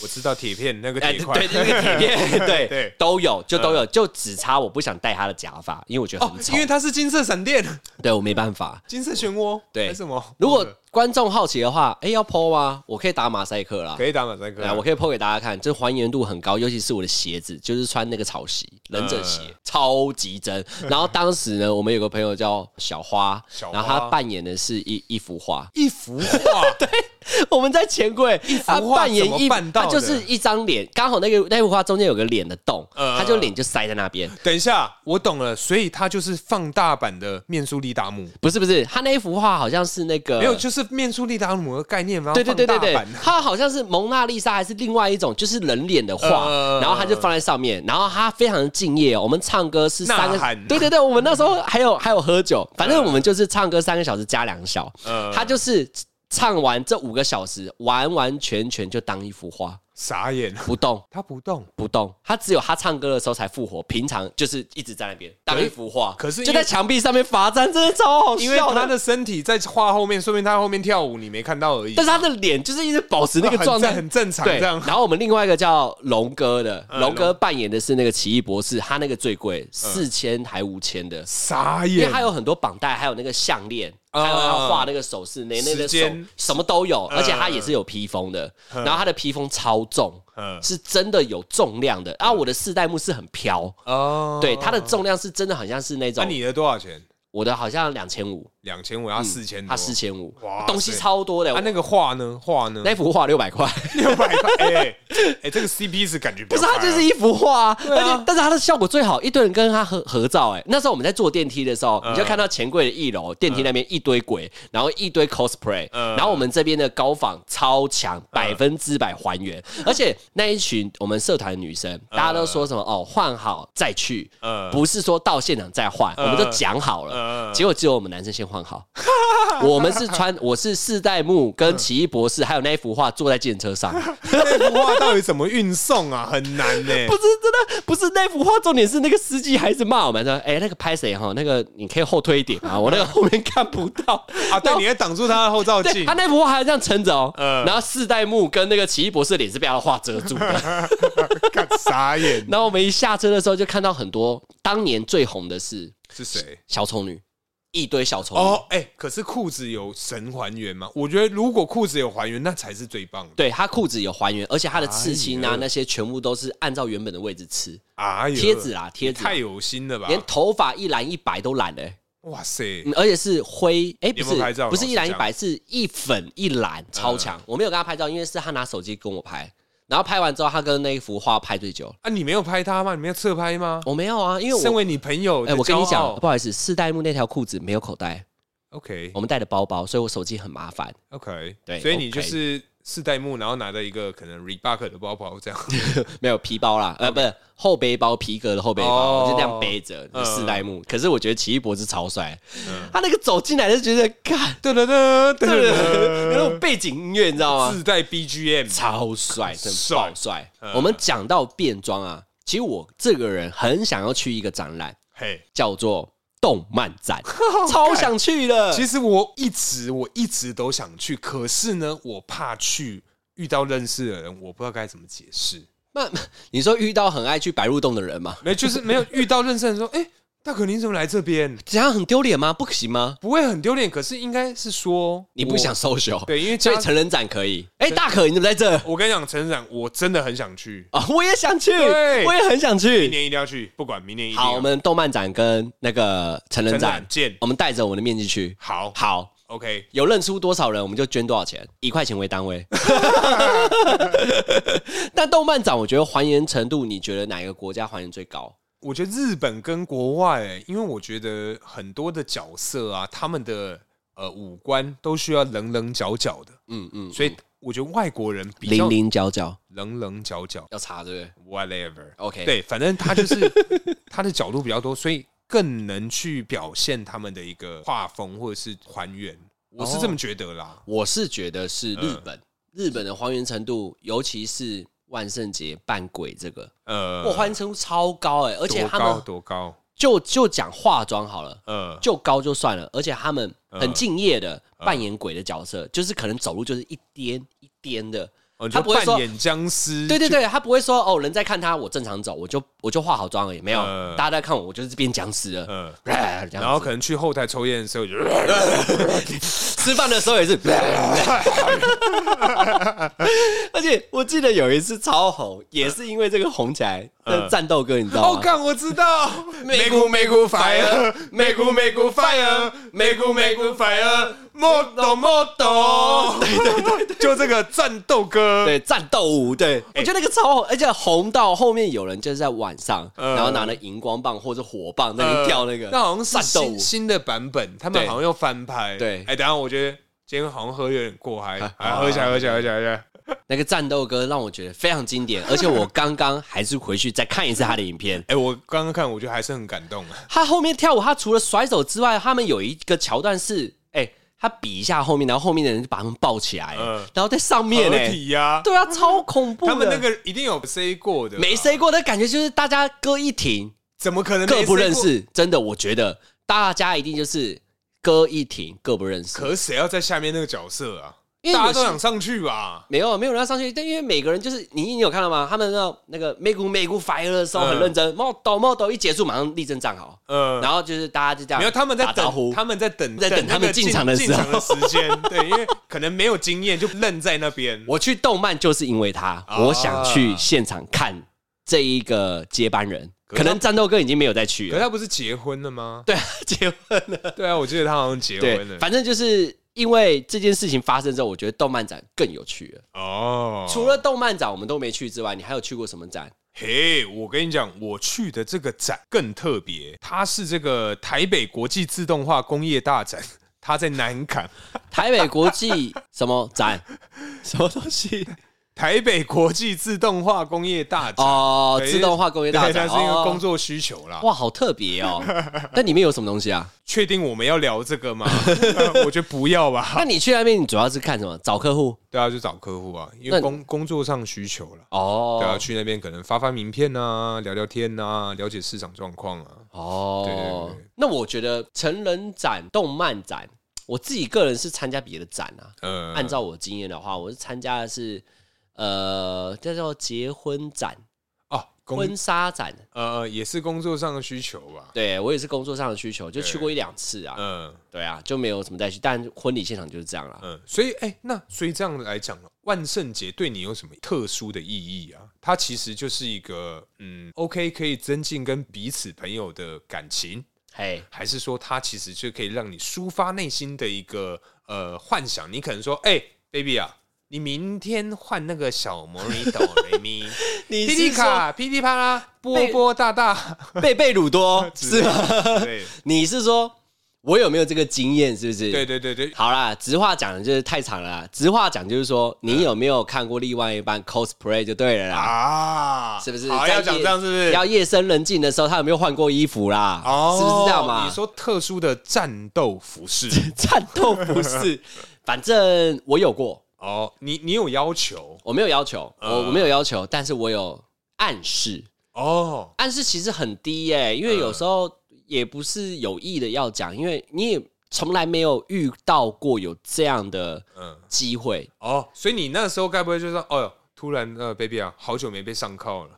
Speaker 1: 我知道铁片那个
Speaker 2: 哎，
Speaker 1: 铁
Speaker 2: 对
Speaker 1: 块，
Speaker 2: 对，那
Speaker 1: <laughs>
Speaker 2: 个铁片，对
Speaker 1: 对
Speaker 2: 都有，就都有，就只差我不想戴他的假发，因为我觉得
Speaker 1: 哦
Speaker 2: 很，丑
Speaker 1: 因，为它是金色闪电，
Speaker 2: 对我没办法。
Speaker 1: 金色漩涡，
Speaker 2: 对
Speaker 1: 还是什么？
Speaker 2: 如果观众好奇的话，哎，要 PO 吗？我可以打马赛克啦
Speaker 1: 可。以打马赛克
Speaker 2: 来，
Speaker 1: 啊，
Speaker 2: 我可以 PO 给大家看，这还原度很高，尤其是我的鞋子，就是穿那个草鞋、忍者鞋，
Speaker 1: 嗯
Speaker 2: 超级真。然后当时呢，我们有个朋友叫小花，
Speaker 1: 小花
Speaker 2: 然后她扮演的是一一幅画， <laughs>
Speaker 1: 一幅画， <laughs> 对，
Speaker 2: 我们在钱柜，
Speaker 1: 画
Speaker 2: 他扮演
Speaker 1: 怎么
Speaker 2: 一，
Speaker 1: 办到
Speaker 2: 他
Speaker 1: 的
Speaker 2: 就是一张脸，刚好那个那幅画中间有个脸的洞，
Speaker 1: 嗯
Speaker 2: 他就脸就塞在那边。
Speaker 1: 等一下，我懂了，所以它就是放大版的面苏利达姆，
Speaker 2: 不是不是，他那一幅画好像是那个
Speaker 1: 没有，就是面苏利达姆的概念，然后
Speaker 2: 对对对对
Speaker 1: 放大
Speaker 2: 对
Speaker 1: 版，
Speaker 2: 他好像是蒙娜丽莎还是另外一种，就是人脸的画，
Speaker 1: 呃
Speaker 2: 然后他就放在上面，然后他非常的敬业、哦。我们唱歌是三个
Speaker 1: 呐喊，
Speaker 2: 对对
Speaker 1: <laughs>
Speaker 2: 对，我们那时候还有还有喝酒，反正我们就是唱歌三个小时加两小，
Speaker 1: 呃
Speaker 2: 他就是唱完这五个小时，完完全全就当一幅画，
Speaker 1: 傻眼，
Speaker 2: 不动
Speaker 1: 他不动。
Speaker 2: 不动。他只有他唱歌的时候才复活，平常就是一直在那边当一幅画。
Speaker 1: 可是因为
Speaker 2: 就在墙壁上面罚站，真的超好
Speaker 1: 因为
Speaker 2: 笑
Speaker 1: 他的，身体在画后面，说明他后面跳舞你没看到而已。
Speaker 2: 但是他的脸就是一直保持那个
Speaker 1: 很
Speaker 2: 状态，
Speaker 1: 正很正常
Speaker 2: 对，
Speaker 1: 这样。
Speaker 2: 然后我们另外一个叫龙哥的，
Speaker 1: 嗯
Speaker 2: 龙哥扮演的是那个奇异博士，他那个最贵，四千还五千的，
Speaker 1: 傻
Speaker 2: 因为
Speaker 1: 眼，
Speaker 2: 他有很多绑带，还有那个项链，
Speaker 1: 啊
Speaker 2: 还有他画那个首饰，那那
Speaker 1: 时
Speaker 2: 个手
Speaker 1: 间
Speaker 2: 什么都有，
Speaker 1: 嗯
Speaker 2: 而且他也是有披风的，然后他的披风超重，
Speaker 1: 嗯
Speaker 2: 是真的有重量的。然啊后我的四代目是很飘，
Speaker 1: 哦
Speaker 2: 对，它的重量是真的很像是那
Speaker 1: 那
Speaker 2: 种，
Speaker 1: 啊你的多少钱？
Speaker 2: 我的好像两千五，
Speaker 1: 两千五，他四千，
Speaker 2: 他四。千五
Speaker 1: 哇，
Speaker 2: 东西
Speaker 1: 塞
Speaker 2: 超多的
Speaker 1: 他，啊那个画呢？画呢？ <laughs>
Speaker 2: 那幅画六百块。
Speaker 1: 六百块，哎哎，这个 CP 是感觉不
Speaker 2: 不是，它就是一幅画、啊，
Speaker 1: 啊
Speaker 2: 而且但是它的效果最好，一堆人跟他合合照、哎，那时候我们在坐电梯的时候，
Speaker 1: 嗯
Speaker 2: 你就看到钱柜的一楼电梯那边一堆鬼，然后一堆 cosplay，、
Speaker 1: 嗯
Speaker 2: 然后我们这边的高仿超强，百分之百还原，
Speaker 1: 嗯
Speaker 2: 而且那一群我们社团的女生，大家都说什么哦，换好再去，
Speaker 1: 嗯
Speaker 2: 不是说到现场再换，我们都讲好
Speaker 1: 嗯
Speaker 2: 了，结果只有我们男生先换好， <laughs> 我们是穿我是四代目
Speaker 1: 嗯
Speaker 2: 跟奇异博士还有那一幅画坐在电车上。
Speaker 1: 那幅画到底怎么运送啊？很难呢。
Speaker 2: <laughs> 不是真的，不是那幅画，重点是那个司机还是骂我们说：“哎、那个拍谁哈？那个你可以后退一点啊，我那个后面看不
Speaker 1: <laughs>
Speaker 2: 到。
Speaker 1: 啊，对
Speaker 2: 然，后
Speaker 1: 你还挡住他的后照
Speaker 2: 对
Speaker 1: 镜
Speaker 2: 他，那幅画还这样撑着哦，
Speaker 1: 嗯
Speaker 2: 然后四代目跟那个奇异博士的脸是被他的画遮住
Speaker 1: <laughs>
Speaker 2: 的。
Speaker 1: 干傻
Speaker 2: <laughs>
Speaker 1: 眼。
Speaker 2: 然后我们一下车的时候就看到很多当年最红的是
Speaker 1: 是谁？
Speaker 2: 小丑女，一堆小丑女。
Speaker 1: 哦，哎，可是裤子有神还原吗？我觉得如果裤子有还原，那才是最棒的。
Speaker 2: 对，她裤子有还原，而且她的刺青
Speaker 1: 哎
Speaker 2: 啊
Speaker 1: 呦
Speaker 2: 那些全部都是按照原本的位置刺
Speaker 1: 哎呦，
Speaker 2: 贴纸啦，贴纸啊
Speaker 1: 太有心了吧！
Speaker 2: 连头发一蓝一白都染了、
Speaker 1: 哇塞，
Speaker 2: 嗯而且是灰，哎、
Speaker 1: 你
Speaker 2: 不
Speaker 1: 有没有拍
Speaker 2: 是
Speaker 1: 照哦
Speaker 2: 不是
Speaker 1: 老实
Speaker 2: 一蓝一
Speaker 1: 讲
Speaker 2: 白，是一粉一蓝，超强。
Speaker 1: 嗯
Speaker 2: 我没有跟他拍照，因为是他拿手机跟我拍，然后拍完之后，他跟那一幅画拍最久。
Speaker 1: 啊，你没有拍他吗？你没有侧拍吗？
Speaker 2: 我没有啊，因为
Speaker 1: 身
Speaker 2: 我
Speaker 1: 为你朋友，
Speaker 2: 哎、我跟你
Speaker 1: 骄
Speaker 2: 讲，
Speaker 1: 傲
Speaker 2: 不好意思，四代目那条裤子没有口袋，
Speaker 1: ，OK
Speaker 2: 我们带的包包，所以我手机很麻烦。
Speaker 1: OK，
Speaker 2: 对
Speaker 1: 所以你就
Speaker 2: OK
Speaker 1: 是四代目，然后拿着一个可能 Reebok 的包包这样，
Speaker 2: 没有皮包啦，呃，不是后背包，皮革的后背包，
Speaker 1: 哦
Speaker 2: 我就这样背着
Speaker 1: 嗯
Speaker 2: 四代目。可是我觉得奇异博士超帅，他那个走进来就觉得，看，
Speaker 1: 对对对
Speaker 2: 对
Speaker 1: 对 <laughs> 哦
Speaker 2: 有那种背景音乐，你知道吗？
Speaker 1: 自带 BGM，
Speaker 2: 超帅，真的爆帅
Speaker 1: 嗯。
Speaker 2: 我们讲到变装啊，其实我这个人很想要去一个展览，
Speaker 1: 嘿。
Speaker 2: 叫做动漫
Speaker 1: <laughs>
Speaker 2: 展，超想去的。
Speaker 1: 哦其实我一直我一直都想去，可是呢，我怕去遇到认识的人，我不知道该怎么解释。
Speaker 2: 那你说遇到很爱去白鹿洞的人吗？
Speaker 1: 没，就是没有遇到认识的人说，哎、大可你怎么来这边？
Speaker 2: 这样很丢脸吗？不行吗？
Speaker 1: 不会很丢脸，可是应该是说
Speaker 2: 你不
Speaker 1: 我
Speaker 2: 想 social，
Speaker 1: 对，因为
Speaker 2: 所
Speaker 1: 加
Speaker 2: 以成人展可以。哎，大可，你怎么在这？
Speaker 1: 我跟你讲，陈长，我真的很想去，
Speaker 2: 啊，我也想去，
Speaker 1: 对
Speaker 2: 我也很想
Speaker 1: 明
Speaker 2: 去。
Speaker 1: 年一定要去，不管明年一定要。
Speaker 2: 好，我们动漫展跟那个成人
Speaker 1: 陈
Speaker 2: 展
Speaker 1: 长，见。
Speaker 2: 我们戴着我们的面具去。
Speaker 1: 好
Speaker 2: 好，
Speaker 1: ，OK，
Speaker 2: 有认出多少人，我们就捐多少钱，一块钱为单位。 <laughs> 但动漫展，我觉得还原程度，你觉得哪一个国家还原最高？
Speaker 1: 我觉得日本跟国外、因为我觉得很多的角色啊，他们的呃五官都需要棱棱角角的，
Speaker 2: 嗯嗯，
Speaker 1: 所以我觉得外国人比较
Speaker 2: 零零角角
Speaker 1: 棱棱角角
Speaker 2: 要查对不对
Speaker 1: ，whatever。
Speaker 2: ？OK，，
Speaker 1: 对，反正他就是
Speaker 2: <laughs>
Speaker 1: 他的角度比较多，所以更能去表现他们的一个画风或者是还原。我是这么觉得啦。
Speaker 2: 我是觉得是日本，嗯日本的还原程度，尤其是万圣节扮鬼这个，
Speaker 1: 呃，
Speaker 2: 我还原程度超嗯高哦哎、而且
Speaker 1: 多
Speaker 2: 他
Speaker 1: 高
Speaker 2: 们
Speaker 1: 多高？
Speaker 2: 就就讲化妆好了。
Speaker 1: 呃，
Speaker 2: 就高就算了，而且他们很敬业的扮演鬼的角色，就是可能走路就是一颠一颠的，
Speaker 1: 哦你
Speaker 2: 他
Speaker 1: 就
Speaker 2: 不会说
Speaker 1: 扮演僵尸，
Speaker 2: 对对对，他不会说哦，人在看他，我正常走，我就我就化好妆而已，没有，
Speaker 1: 嗯
Speaker 2: 大家在看我，我就是变僵尸了。
Speaker 1: 嗯，
Speaker 2: <laughs> 这样子
Speaker 1: 然后可能去后台抽烟的时候就，
Speaker 2: <laughs> 吃饭的时候也是， <laughs> 而且我记得有一次超红，也是因为这个红起来的战斗歌，你知道
Speaker 1: 哦，
Speaker 2: 吗？
Speaker 1: 干，我知道，
Speaker 2: <laughs> 美股美股 fire，
Speaker 1: 美股美股 fire，美股美股 fire，莫懂莫懂，对对对，就这个战斗歌，
Speaker 2: 对，战斗舞，对
Speaker 1: 哎
Speaker 2: 我觉得那个超红，而且红到后面有人就是在晚上，
Speaker 1: 嗯
Speaker 2: 然后拿了荧光棒或者火棒在那边跳那个，
Speaker 1: 那好像是
Speaker 2: 战斗舞
Speaker 1: 新。新的版本，他们
Speaker 2: 对
Speaker 1: 好像又翻拍。
Speaker 2: 对
Speaker 1: 哎，等一下我觉得今天好像喝有点过嗨，啊，
Speaker 2: 好
Speaker 1: 喝起来，喝起来，喝起来，喝起来。
Speaker 2: 那个战斗歌让我觉得非常经典，而且我刚刚还是回去再看一次他的影片。
Speaker 1: 哎，我刚刚看，我觉得还是很感动啊。
Speaker 2: 他后面跳舞，他除了甩手之外，他们有一个桥段是，哎、他比一下后面，然后后面的人就把他们抱起来，
Speaker 1: 嗯
Speaker 2: 然后在上面呢、
Speaker 1: 合体呀、
Speaker 2: 对啊，超恐怖的。
Speaker 1: 他们那个一定有 C 过的啦，啊
Speaker 2: 没 say 过的感觉，就是大家歌一停，
Speaker 1: 怎么可能没
Speaker 2: 各不
Speaker 1: say
Speaker 2: 认
Speaker 1: 过？
Speaker 2: 识。真的，我觉得大家一定就是歌一停，各不认识。
Speaker 1: 可是谁要在下面那个角色啊？
Speaker 2: 因为
Speaker 1: 大
Speaker 2: 有
Speaker 1: 家
Speaker 2: 些
Speaker 1: 都想上去吧？
Speaker 2: 没有没有人要上去，但因为每个人就是你，你有看到吗？他们那那个美股美股 fire 的时候
Speaker 1: 嗯
Speaker 2: 很认真，冒抖冒抖一结束马上立正站好，
Speaker 1: 呃，
Speaker 2: 然后就是大家就这样，
Speaker 1: 没有，他们在
Speaker 2: 打招
Speaker 1: 等，
Speaker 2: 呼，
Speaker 1: 他们在等，
Speaker 2: 在等
Speaker 1: 那
Speaker 2: 他们
Speaker 1: 个
Speaker 2: 进场的时候
Speaker 1: 进场的时间，对，因为可能没有经验，就愣在那
Speaker 2: <laughs>
Speaker 1: 边。
Speaker 2: 我去动漫就是因为他，
Speaker 1: 啊
Speaker 2: 我想去现场看这一个接班人。
Speaker 1: 可是
Speaker 2: 可能战斗哥已经没有再去
Speaker 1: 可是
Speaker 2: 了，
Speaker 1: 他不是结婚了吗？
Speaker 2: 对啊，结婚了，
Speaker 1: 对啊，我记得他好像结
Speaker 2: 对
Speaker 1: 婚，了。
Speaker 2: 反正就是因为这件事情发生之后，我觉得动漫展更有趣了。
Speaker 1: 哦，
Speaker 2: 除了动漫展我们都没去之外，你还有去过什么展？ <laughs>
Speaker 1: 嘿我跟你讲，我去的这个展更特别，它是这个台北国际自动化工业大展， <laughs> 它在南港。
Speaker 2: 台北国际什么
Speaker 1: <laughs>
Speaker 2: 展？什么东西？
Speaker 1: 台北国际自动化工业大展，
Speaker 2: 哦，
Speaker 1: 对
Speaker 2: 自动化工业大
Speaker 1: 对
Speaker 2: 展，
Speaker 1: 那是因为
Speaker 2: 哦
Speaker 1: 工作需求啦。
Speaker 2: 哇，好特别
Speaker 1: <laughs>
Speaker 2: 哦！那里面有什么东西啊？
Speaker 1: 确定我们要聊这
Speaker 2: <laughs>
Speaker 1: 个吗？我觉得不要吧。
Speaker 2: 那你去那边，你主要是看什么？找客户
Speaker 1: 对啊，就找客户啊，因
Speaker 2: 那
Speaker 1: 为
Speaker 2: 你
Speaker 1: 工工作上需求啦。对啊，
Speaker 2: 哦，
Speaker 1: 去那边可能发发名片啊，聊聊天啊，了解市场状况啊。对
Speaker 2: 哦
Speaker 1: 对对，
Speaker 2: 那我觉得成人展、动漫展，我自己个人是参加别的展啊。
Speaker 1: 呃，
Speaker 2: 按照我经验的话，我是参加的是呃，叫做结婚展、
Speaker 1: 哦，工
Speaker 2: 婚纱展。
Speaker 1: 呃也是工作上的需求吧。
Speaker 2: 对我也是工作上的需求，就去过一两次啊。
Speaker 1: 嗯
Speaker 2: 对啊，就没有什么再去，但婚礼现场就是这样啦。
Speaker 1: 嗯，所以哎、那所以这样来讲万圣节对你有什么特殊的意义啊？它其实就是一个嗯，OK 可以增进跟彼此朋友的感情，
Speaker 2: 嘿，
Speaker 1: 还是说它其实就可以让你抒发内心的一个呃幻想？你可能说，哎、b a b y 啊，你明天换那个小魔女哆瑞咪，
Speaker 2: 你
Speaker 1: 噼里卡噼里啪啦，波波大 <laughs> 大，
Speaker 2: 贝贝鲁多
Speaker 1: <laughs>
Speaker 2: 是吗？
Speaker 1: 对
Speaker 2: 你是说我有没有这个经验？是不是？
Speaker 1: 对对对对，
Speaker 2: 好啦，直话讲的就是太长了啦。直话讲就是说，
Speaker 1: 嗯
Speaker 2: 你有没有看过另外一半 cosplay 就对了啦，
Speaker 1: 啊，
Speaker 2: 是不是？
Speaker 1: 好，
Speaker 2: 在
Speaker 1: 要
Speaker 2: 夜
Speaker 1: 讲这样是不是？
Speaker 2: 要夜深人静的时候，他有没有换过衣服啦？
Speaker 1: 哦，
Speaker 2: 是不是这样嘛？
Speaker 1: 你说特殊的战斗服饰
Speaker 2: <laughs> 战斗服饰，
Speaker 1: <laughs>
Speaker 2: 反正我有过，
Speaker 1: 哦，你你有要求
Speaker 2: 我没有要求，我、
Speaker 1: 呃
Speaker 2: 我没有要求，但是我有暗示。
Speaker 1: 哦，
Speaker 2: 暗示其实很低耶、因为有时候也不是有意的要讲，因为你也从来没有遇到过有这样的
Speaker 1: 嗯
Speaker 2: 机会， <laughs>
Speaker 1: 哦，所以你那时候该不会就说，哦哟，突然呃，baby 啊，好久没被上铐了，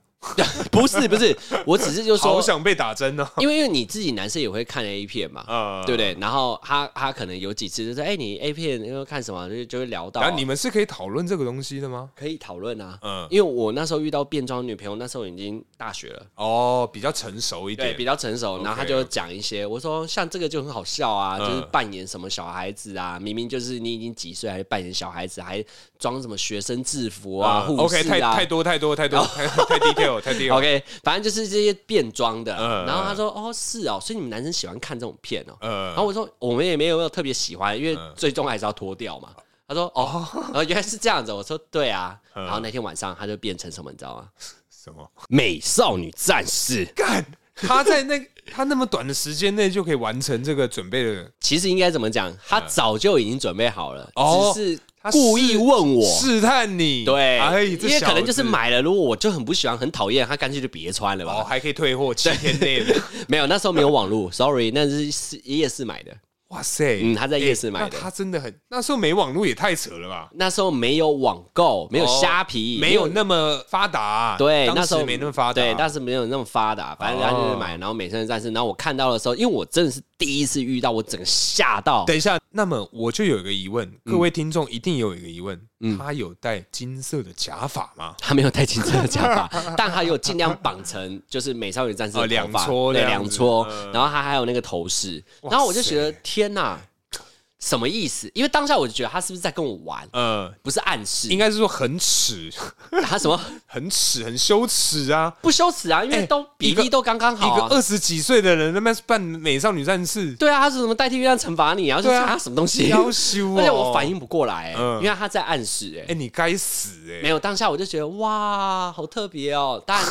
Speaker 2: 不是不是，我只是就
Speaker 1: 好
Speaker 2: 说，
Speaker 1: 想被打针呢、
Speaker 2: 因为因为你自己男生也会看 A 片嘛，
Speaker 1: 啊，
Speaker 2: <laughs> 对不？对？然后他他可能有几次就是，哎、你 A 片因为看什么，就就会聊到
Speaker 1: 然，后你们是可以讨论这个东西的吗？
Speaker 2: 可以讨论啊。
Speaker 1: 嗯，
Speaker 2: 因为我那时候遇到变装女朋友，那时候已经大学了，
Speaker 1: 哦，比较成熟一
Speaker 2: 对，
Speaker 1: 点
Speaker 2: 比，较成熟，
Speaker 1: OK，
Speaker 2: 然后他就讲一些，我说像这个就很好笑啊，
Speaker 1: 嗯
Speaker 2: 就是扮演什么小孩子啊，明明就是你已经几岁，还扮演小孩子，还装什么学生制服啊、
Speaker 1: 嗯
Speaker 2: 护
Speaker 1: OK，
Speaker 2: 士
Speaker 1: 太
Speaker 2: 啊
Speaker 1: 太。多太多太
Speaker 2: <laughs>
Speaker 1: 多太太 detail 太 detail，
Speaker 2: OK，反正就是这些变装的。
Speaker 1: 嗯
Speaker 2: 然后他说：“哦，是哦，所以你们男生喜欢看这种片哦。”然后
Speaker 1: 呃，
Speaker 2: 我说：“我们也没有没有特别喜欢，因为
Speaker 1: 嗯
Speaker 2: 最终还是要脱掉嘛。”他说：“哦，呃，原来是这样子。”我说：“对啊。”
Speaker 1: 嗯
Speaker 2: 然后那天晚上他就变成什么，你知道吗？
Speaker 1: 什么？
Speaker 2: 美少女战士。
Speaker 1: 干，他在那他那么短的时间内就可以完成这个准备的，
Speaker 2: 其实应该怎么讲？他早就已经准备好了，
Speaker 1: 嗯哦
Speaker 2: 只是
Speaker 1: 他
Speaker 2: 故意问我。
Speaker 1: 试探你，
Speaker 2: 对，
Speaker 1: 哎，这
Speaker 2: 因为可能就是
Speaker 1: 小子
Speaker 2: 买了，如果我就很不喜欢、很讨厌，他干脆就别穿了吧。
Speaker 1: 哦，还可以退货七天内的，
Speaker 2: 没有，那时候没有网络，sorry，那是是夜市买的。
Speaker 1: <laughs> 哇塞，哎
Speaker 2: 嗯，他在夜市买
Speaker 1: 那
Speaker 2: 的。
Speaker 1: 他真的很，那时候没网络也太扯了吧，
Speaker 2: 那时候没有网购，没有
Speaker 1: 哦
Speaker 2: 虾皮，
Speaker 1: 没有那么发达 <laughs> 啊，
Speaker 2: 对，
Speaker 1: 当
Speaker 2: 那时
Speaker 1: 时
Speaker 2: 候
Speaker 1: 没那么发达，啊哦
Speaker 2: 对，当时没有那么发达。反正他就是买，然后美少女战士，然后我看到的时候，因为我真的是第一次遇到，我整个吓到。
Speaker 1: 等一下，那么我就有一个疑问，
Speaker 2: 嗯
Speaker 1: 各位听众一定有一个疑问，他有戴金色的假发吗？
Speaker 2: 他没有戴金色的假
Speaker 1: <laughs>
Speaker 2: 发，但他有尽量绑成就是美少女战士的
Speaker 1: 哦两
Speaker 2: 头发
Speaker 1: 撮
Speaker 2: 对
Speaker 1: 这样
Speaker 2: 两
Speaker 1: 子
Speaker 2: 撮，
Speaker 1: 嗯
Speaker 2: 然后他还有那个头饰，
Speaker 1: 哇
Speaker 2: 然后我就觉得
Speaker 1: 塞
Speaker 2: 天哪，什么意思？因为当下我就觉得他是不是在跟我玩，
Speaker 1: 呃，
Speaker 2: 不是暗示，
Speaker 1: 应该是说很耻， <laughs>
Speaker 2: 他什么
Speaker 1: 很耻，很羞耻啊！
Speaker 2: 不羞耻啊？因为
Speaker 1: 哎
Speaker 2: 都比
Speaker 1: 一个
Speaker 2: 例都刚刚好
Speaker 1: 一个
Speaker 2: 啊。
Speaker 1: 二十几岁的人，那边扮美少女战士，
Speaker 2: 对啊，他是什么代替月亮惩罚你啊？然后就
Speaker 1: 对
Speaker 2: 是
Speaker 1: 啊
Speaker 2: 啊什么东西？
Speaker 1: 要羞哦！
Speaker 2: 而且我反，应不过来，
Speaker 1: 嗯
Speaker 2: 因为他在暗示，哎
Speaker 1: 哎，，你该死哎 <laughs>
Speaker 2: 没！有当下我就觉得哇，好特别哦，但。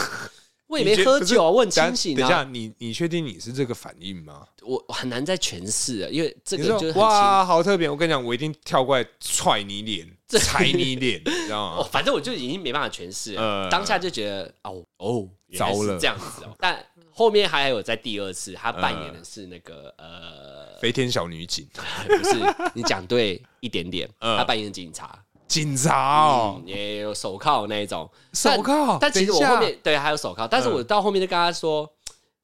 Speaker 2: 我也没喝酒啊，我很清醒
Speaker 1: 等一下，
Speaker 2: 啊，
Speaker 1: 你你确定你是这个反应吗？
Speaker 2: 我我很难再诠释啊，因为这
Speaker 1: 你
Speaker 2: 个
Speaker 1: 说
Speaker 2: 就是很清。
Speaker 1: 哇，好特别！我跟你讲，我一定跳过来踹你脸，
Speaker 2: <laughs>
Speaker 1: 踩你脸，你知道
Speaker 2: 哦
Speaker 1: 吗，？
Speaker 2: 反正我就已经没办法诠释了，
Speaker 1: 呃
Speaker 2: 当下就觉得哦哦，原来
Speaker 1: 糟
Speaker 2: 是
Speaker 1: 了
Speaker 2: 这样子哦。但后面还有在第二次，他扮演的是那个呃
Speaker 1: 飞天小女警，
Speaker 2: 不是你讲对一点点，
Speaker 1: 嗯
Speaker 2: 他扮演警察
Speaker 1: 警察哦
Speaker 2: 哦，，也有手铐那一种
Speaker 1: 手铐。
Speaker 2: 但其实
Speaker 1: 等一
Speaker 2: 我
Speaker 1: 下
Speaker 2: 后面对还有手铐，但是
Speaker 1: 嗯
Speaker 2: 我到后面就跟他说，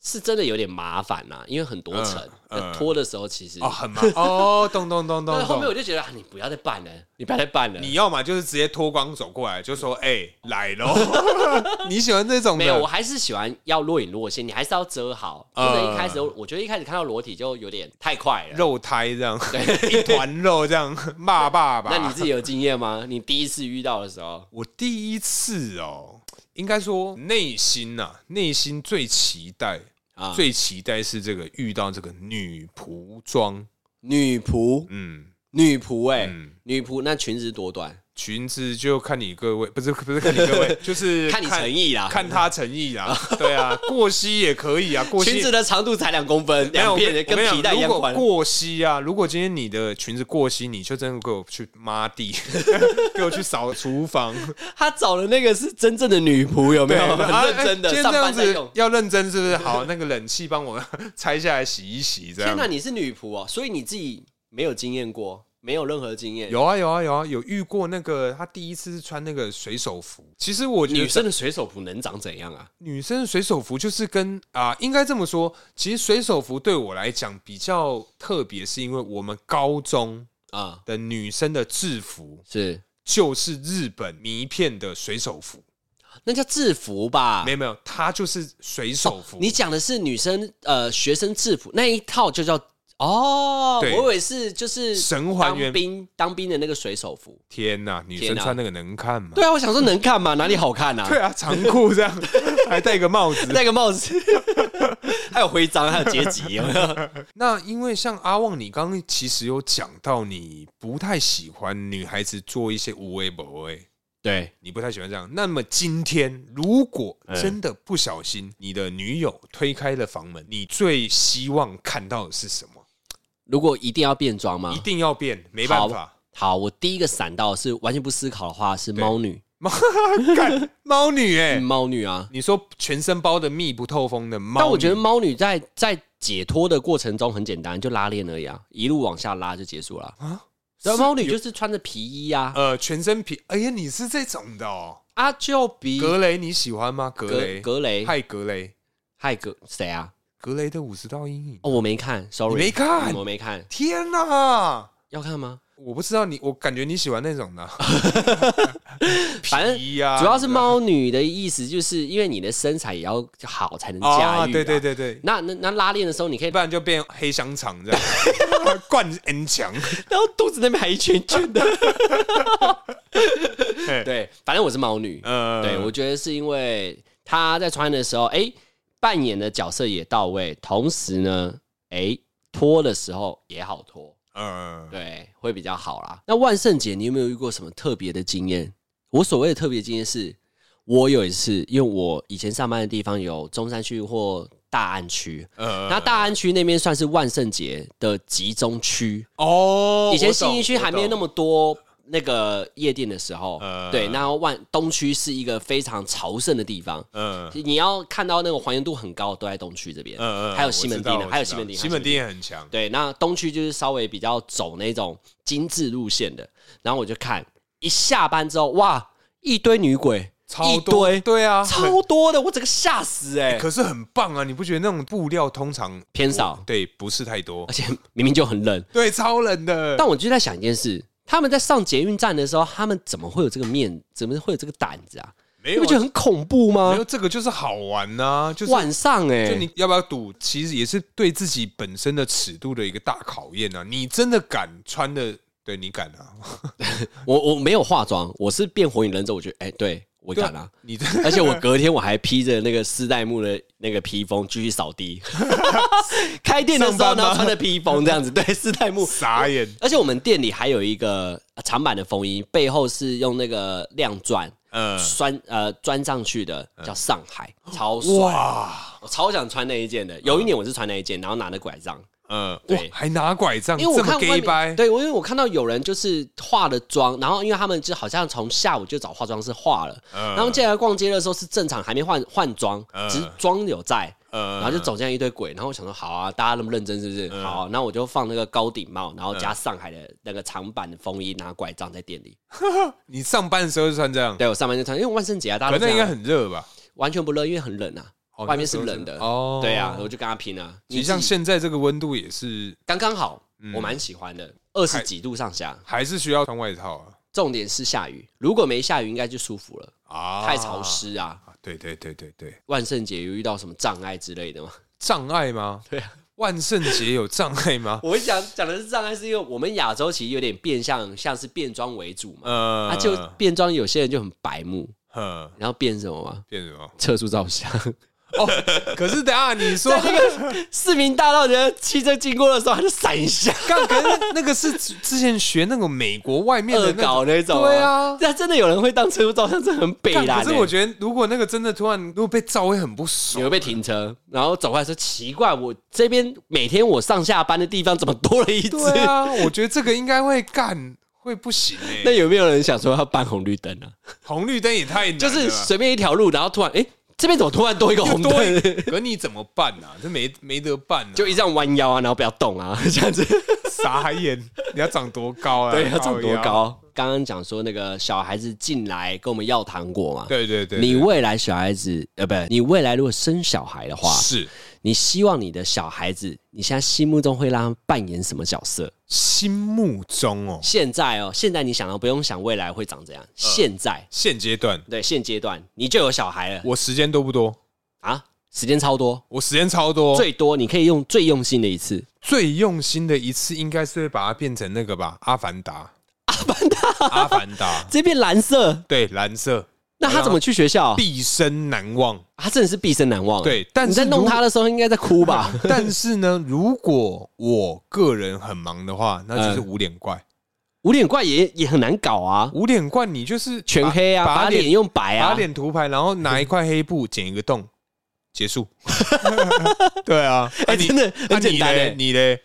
Speaker 2: 是真的有点麻烦呐、因为很多层
Speaker 1: 嗯
Speaker 2: 那拖的时候其实
Speaker 1: 哦，，很忙哦，咚咚咚
Speaker 2: 但
Speaker 1: 咚
Speaker 2: 后面我
Speaker 1: 咚。
Speaker 2: 就觉得、啊、你不要再办了，你不要再办了。
Speaker 1: 你要嘛就是直接脱光走过来，就说：“哎、来喽！” <laughs> 你喜欢这种的？
Speaker 2: 没有，我还是喜欢要若隐若现，你还是要遮好，不能
Speaker 1: 嗯嗯
Speaker 2: 一开始我觉得一开始看到裸体就有点太快 <laughs> 了。
Speaker 1: 肉胎这样，一团肉这样，骂爸爸。
Speaker 2: 那你自己有经验吗？你第一次遇到的时候，
Speaker 1: 我第一次哦，应该说内心呐、内心最期待、
Speaker 2: 啊
Speaker 1: 最期待是这个遇到这个女仆装，
Speaker 2: 女仆，
Speaker 1: 嗯
Speaker 2: 女仆、哎、
Speaker 1: 嗯，
Speaker 2: 女仆那裙子多短，
Speaker 1: 裙子就看你各位，不是不是看你各
Speaker 2: <laughs>
Speaker 1: 位，就是
Speaker 2: 看你诚意啦。
Speaker 1: 看他诚意啊，对啊，过膝也可以啊，过膝
Speaker 2: 裙子的长度才两公分，
Speaker 1: 没有
Speaker 2: 两片
Speaker 1: 我跟你
Speaker 2: 跟
Speaker 1: 讲
Speaker 2: 皮带一样
Speaker 1: 如果
Speaker 2: 宽。
Speaker 1: 过膝啊，如果今天你的裙子过膝，你就真的给我去抹地， <laughs> 给我去扫厨房。
Speaker 2: 他找的那个是真正的女仆，有没有？
Speaker 1: 啊
Speaker 2: 很认真的，
Speaker 1: 哎今天
Speaker 2: 上
Speaker 1: 这样
Speaker 2: 班在
Speaker 1: 子
Speaker 2: 用。
Speaker 1: 要认真是不是？好，那个冷气帮我 <laughs> 拆下来洗一洗，这
Speaker 2: 天哪，
Speaker 1: 样。
Speaker 2: 你是女仆哦，所以你自己没有经验过，没有任何经验。
Speaker 1: 有啊有啊有啊，有遇过那个他第一次是穿那个水手服。其实我觉
Speaker 2: 女
Speaker 1: 得
Speaker 2: 生的水手服能长怎样啊？
Speaker 1: 女生的水手服就是跟啊、应该这么说，其实水手服对我来讲比较特别，是因为我们高中
Speaker 2: 啊，
Speaker 1: 的女生的制服
Speaker 2: 是
Speaker 1: 就是日本名片的水手服，
Speaker 2: 那叫制服吧
Speaker 1: 没？有没有，它就是水手服。
Speaker 2: 啊哦你讲的是女生呃学生制服那一套就叫哦，我
Speaker 1: 对
Speaker 2: 以为是就是
Speaker 1: 神还原
Speaker 2: 当兵当兵的那个水手服。
Speaker 1: 天哪，女
Speaker 2: 天
Speaker 1: 生
Speaker 2: 哪
Speaker 1: 穿那个能看吗？
Speaker 2: 对啊，我想说能看吗？哪里好看啊
Speaker 1: 对？啊，长裤这
Speaker 2: <laughs>
Speaker 1: 样，还戴个帽子。
Speaker 2: 戴个帽 <laughs> 子，还有徽章，还有阶级，有没有？
Speaker 1: 那因为像阿旺，你刚刚其实有讲到，你不太喜欢女孩子做一些无微不微，
Speaker 2: <laughs> 对，
Speaker 1: 你不太喜欢这样。那么今天如果真的不小心，你的女友推开了房门，你最希望看到的是什么？
Speaker 2: 如果一定要变装吗
Speaker 1: 一？定要变，没办 <laughs> 法。
Speaker 2: 啊好，我第一个闪到的是完全不思考的话是猫女，
Speaker 1: 干猫女哎、
Speaker 2: 嗯猫女啊。
Speaker 1: 你说全身包的密不透风的猫，
Speaker 2: 但我觉得。猫女在在解脱的过程中很简单，就拉链而已啊，一路往下拉就结束了啊
Speaker 1: 啊。
Speaker 2: 然
Speaker 1: 是
Speaker 2: 后猫女
Speaker 1: 有
Speaker 2: 就是穿着皮衣啊，
Speaker 1: 呃，全身皮，哎呀，你是这种的哦。
Speaker 2: 啊就比
Speaker 1: 格雷你喜欢吗？格雷，
Speaker 2: 格雷
Speaker 1: 嗨，格雷，
Speaker 2: 嗨格谁啊？
Speaker 1: 格雷的五十道阴影。
Speaker 2: 哦，我没看，sorry，
Speaker 1: 你没看
Speaker 2: 嗯我没看，
Speaker 1: 天哪、
Speaker 2: 要看吗？
Speaker 1: 我不知道你，我感觉你喜欢那种的，
Speaker 2: <laughs> 反正
Speaker 1: 皮啊呀、
Speaker 2: 主要是猫女的意思，就是因为你的身材也要好才能驾驭啊。
Speaker 1: 啊，对对对对，
Speaker 2: 那那那拉链的时候，你可以
Speaker 1: 不然就变黑香肠这样，灌 N 强，
Speaker 2: <laughs> 然后肚子那边还一圈圈 <laughs> 的。
Speaker 1: 嘿
Speaker 2: 对，反正我是猫女。
Speaker 1: 呃，
Speaker 2: <laughs> 对，我觉得是因为她在穿的时候，哎、扮演的角色也到位，同时呢，哎、脱的时候也好脱，
Speaker 1: 呃，
Speaker 2: 对，会比较好啦。那万圣节你有没有遇过什么特别的经验？我所谓的特别经验是，我有一次，因为我以前上班的地方有中山区或大安区，
Speaker 1: 呃，
Speaker 2: 那大安区那边算是万圣节的集中区，
Speaker 1: 哦，
Speaker 2: 以前
Speaker 1: 我懂
Speaker 2: 信义区还没有那，么多那个夜店的时候，
Speaker 1: 呃
Speaker 2: 对，那万东区是一个非常朝圣的地方，
Speaker 1: 我懂
Speaker 2: 你要看到那个还原度很高，都在东区这边
Speaker 1: 嗯，嗯嗯，
Speaker 2: 还有西门町
Speaker 1: 我知
Speaker 2: 呢，
Speaker 1: 道
Speaker 2: 还有
Speaker 1: 我知
Speaker 2: 西
Speaker 1: 道
Speaker 2: 门町，
Speaker 1: 西门町。也很强，
Speaker 2: 对，那东区就是稍微比较走那种精致路线的，然后我就看一下班之后，哇，一堆女鬼，
Speaker 1: 超
Speaker 2: 一
Speaker 1: 多，
Speaker 2: 堆，
Speaker 1: 对啊，
Speaker 2: 超多的，我整个吓死哎、
Speaker 1: 可是很棒啊！你不觉得那种布料通常
Speaker 2: 偏少
Speaker 1: 对，不是太多
Speaker 2: 而，且明明就很冷，
Speaker 1: 对，超冷的。
Speaker 2: 但我就在想一件事：他们在上捷运站的时候，他们怎么会有这个面？怎么会有这个胆子啊？
Speaker 1: 没
Speaker 2: 你
Speaker 1: 有
Speaker 2: 不
Speaker 1: 啊
Speaker 2: 觉得很恐怖
Speaker 1: 没
Speaker 2: 吗
Speaker 1: 有？这个就是好玩呐、就是
Speaker 2: 晚上哎、
Speaker 1: 就你要不要赌，其实也是对自己本身的尺度的一个大考验啊！你真的敢穿的，对你敢啊？ <laughs>
Speaker 2: 我我没有化妆，我是变火影忍者，我觉得哎、对我敢啊。
Speaker 1: 你这
Speaker 2: 而且我隔天我还披着那个丝带木的那个披风继续扫地， <laughs> 开店的时候
Speaker 1: 上班吗。
Speaker 2: 然后穿着披风这样子，对丝带
Speaker 1: <laughs>
Speaker 2: 木
Speaker 1: 傻眼
Speaker 2: 而且我们店里还有一个呃长版的风衣，背后是用那个亮钻，
Speaker 1: 嗯
Speaker 2: 拴呃钻上去的，叫上海，超帅，
Speaker 1: 哇，
Speaker 2: 我超想穿那一件的。有一年我是穿那一件，然后拿着拐杖，
Speaker 1: 嗯，哇
Speaker 2: 对，
Speaker 1: 还拿拐杖，
Speaker 2: 因为我
Speaker 1: 这
Speaker 2: 看
Speaker 1: 么 gay
Speaker 2: 外面，
Speaker 1: 掰，
Speaker 2: 对，我因为我看到有人就是化了妆，然后因为他们就好像从下午就找化妆师化了，
Speaker 1: 嗯
Speaker 2: 然后进来逛街的时候是正常还没换换妆，
Speaker 1: 嗯
Speaker 2: 只是妆有在，
Speaker 1: 嗯嗯
Speaker 2: 然后就走进来一堆鬼，然后我想说好啊，大家那么认真是不是？好、啊，然后我就放那个高顶帽，然后加上海的那个长版的风衣，拿拐杖在店里。
Speaker 1: 你上班的时候就穿这样，
Speaker 2: 对我上班就穿，因为万圣节啊，大
Speaker 1: 可能
Speaker 2: 家都
Speaker 1: 那应
Speaker 2: 这
Speaker 1: 该
Speaker 2: 样，
Speaker 1: 很热吧？
Speaker 2: 完全不热，因为很冷啊，
Speaker 1: 哦
Speaker 2: 外面是
Speaker 1: 那时候
Speaker 2: 冷的。
Speaker 1: 哦，
Speaker 2: 对啊，我就跟他拼啊，
Speaker 1: 你
Speaker 2: 你
Speaker 1: 像
Speaker 2: 像
Speaker 1: 现嗯在这个温度也是，
Speaker 2: 刚刚好，我蛮喜欢的，二十几度上下。
Speaker 1: 还是需要穿外套啊。
Speaker 2: 重点是下雨，如果没下雨，应该就舒服了。
Speaker 1: 啊
Speaker 2: 太潮！湿啊！
Speaker 1: 啊对对对对对，
Speaker 2: 万圣节有遇到什么障碍之类的吗？
Speaker 1: 障碍吗？
Speaker 2: 对啊，？
Speaker 1: 万圣节有障碍吗
Speaker 2: <laughs> 我讲讲的是障碍，是因为我们亚洲其实有点变相，像是变装为主嘛。
Speaker 1: 呃，
Speaker 2: <laughs> 啊，就变装，有些人就很白目，
Speaker 1: 嗯，
Speaker 2: 然后变什么吗？
Speaker 1: 变什么？
Speaker 2: 测速照 <laughs> 相，
Speaker 1: 哦可是等一下你说
Speaker 2: 市民大道的汽车经过的时候，他就闪一下，
Speaker 1: 干，可是那个是之之前学那个美国外面的
Speaker 2: 恶
Speaker 1: 那种
Speaker 2: 搞那种。
Speaker 1: 对啊
Speaker 2: 但真的有人会当测速照相，真的很北
Speaker 1: 干
Speaker 2: 啦。
Speaker 1: 可是我觉得如果那个真的突然如果被照会很不
Speaker 2: 你
Speaker 1: 爽
Speaker 2: 会。被停车，然后走过来说：“奇怪，我这边每天我上下班的地方怎么多了一只？”
Speaker 1: 对啊，我觉得这个应该会干会不行哎、
Speaker 2: <laughs> 那有没有人想说要办红绿灯啊？
Speaker 1: 红绿灯也太难
Speaker 2: 就
Speaker 1: 了吧
Speaker 2: 是随便一条路，然后突然哎、诶这边怎么突然多一个红
Speaker 1: 多一
Speaker 2: 灯？
Speaker 1: 可你怎么办啊？这没没得办、啊，
Speaker 2: <laughs> 就一直这样弯腰啊，然后不要动啊， <laughs> 这
Speaker 1: <laughs>
Speaker 2: 样子。
Speaker 1: 傻眼。你要长多高啊？
Speaker 2: 对，要长多
Speaker 1: 靠腰？
Speaker 2: 高？刚刚讲说那个小孩子进来跟我们要糖果嘛。
Speaker 1: 对对对，
Speaker 2: 你
Speaker 1: 对
Speaker 2: 未来小孩子，呃，不，你未来如果生小孩的话，
Speaker 1: 是
Speaker 2: 你希望你的小孩子，你现在心目中会让他扮演什么角色？
Speaker 1: 心目中哦，
Speaker 2: 现在哦，现在你想到不用想未来会长怎样，
Speaker 1: 嗯
Speaker 2: 现在
Speaker 1: 现阶段
Speaker 2: 对现阶段你就有小孩了
Speaker 1: 我时间多不多？
Speaker 2: 啊，时间超多，
Speaker 1: 我时间超多，最
Speaker 2: 最多你可以用最用心的一次，
Speaker 1: 最用心的一次应该是会把它变成那个吧，《阿凡达》。阿凡达，阿凡达，
Speaker 2: 这边蓝色，
Speaker 1: 对，蓝色
Speaker 2: 那他怎么去学校？
Speaker 1: 啊毕生难忘。
Speaker 2: 他真的是毕生难忘。
Speaker 1: 对但是
Speaker 2: 哦你在弄他的时候应该在哭吧？
Speaker 1: <laughs> 但是呢，如果我个人很忙的话，那就是
Speaker 2: 嗯
Speaker 1: 无脸怪。
Speaker 2: 无脸怪也也很难搞啊，
Speaker 1: 无脸怪你就是
Speaker 2: 全黑啊，把脸用白
Speaker 1: 把
Speaker 2: 啊，
Speaker 1: 脸涂白，然后拿一块黑布剪一个洞，
Speaker 2: <laughs>
Speaker 1: 结束。 <laughs> 对啊，
Speaker 2: 哎、
Speaker 1: 啊你
Speaker 2: 真的
Speaker 1: 啊
Speaker 2: 很简
Speaker 1: 你
Speaker 2: 单、
Speaker 1: 嘞
Speaker 2: 欸，
Speaker 1: 你嘞，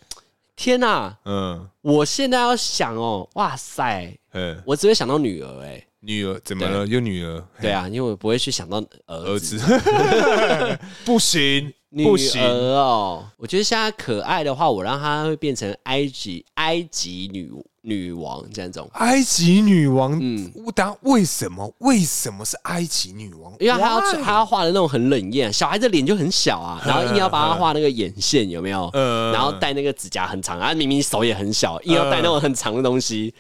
Speaker 2: 天哪、
Speaker 1: 嗯
Speaker 2: 我现在要想哦，哇塞，
Speaker 1: 嗯，
Speaker 2: 我只会想到女儿哎、
Speaker 1: 女儿怎么了？又女儿，
Speaker 2: 对啊，因为我不会去想到儿
Speaker 1: 儿
Speaker 2: 子。
Speaker 1: 子， <laughs> 不行
Speaker 2: 女
Speaker 1: 不行，
Speaker 2: 儿哦，我觉得现在可爱的话，我让她会变成埃及埃及女女王这样种，
Speaker 1: 埃及女王
Speaker 2: 嗯，
Speaker 1: 我答为什么？为什么是埃及女王？
Speaker 2: 因为她要
Speaker 1: Why？
Speaker 2: 她要画的那种很冷艳，小孩子脸就很小啊，然后硬要帮她画那个眼线，有没有？
Speaker 1: 呃
Speaker 2: 然后戴那个指甲很长，啊，明明手也很小，硬要戴那种很长的东西，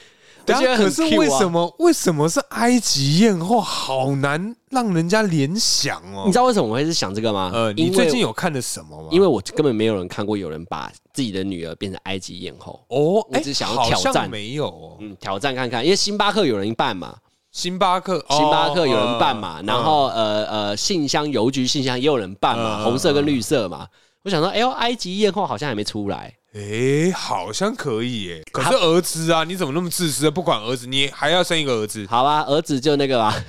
Speaker 2: 我
Speaker 1: 等
Speaker 2: 觉
Speaker 1: 一下嗯
Speaker 2: 得
Speaker 1: 可
Speaker 2: 很
Speaker 1: 是为
Speaker 2: Q
Speaker 1: 什
Speaker 2: 啊。
Speaker 1: 么？为什么是埃及艳后？好难让人家联想哦
Speaker 2: 你。知道为什么我会是想这个吗？
Speaker 1: 呃，你
Speaker 2: 因
Speaker 1: 最近
Speaker 2: 为
Speaker 1: 有看的什么吗？
Speaker 2: 因为我根本没有人看过有人把自己的女儿变成埃及艳后，
Speaker 1: 哦，
Speaker 2: 我
Speaker 1: 哎，
Speaker 2: 只想要
Speaker 1: 好
Speaker 2: 挑
Speaker 1: 像
Speaker 2: 战
Speaker 1: 没有哦。
Speaker 2: 嗯，挑战看看，因为星巴克有人办嘛，
Speaker 1: 星巴克，哦
Speaker 2: 星巴克有人办嘛，
Speaker 1: 嗯
Speaker 2: 然后呃呃，信箱邮局信箱也有人办嘛，
Speaker 1: 嗯
Speaker 2: 红色跟绿色嘛。我想说，哎呦，埃及艳后好像还没出来，
Speaker 1: 诶，好像可以耶。可是
Speaker 2: 他
Speaker 1: 儿子啊，你怎么那么自私啊？不管儿子，你还要生一个儿子？
Speaker 2: 好吧，儿子就那个吧。 <laughs>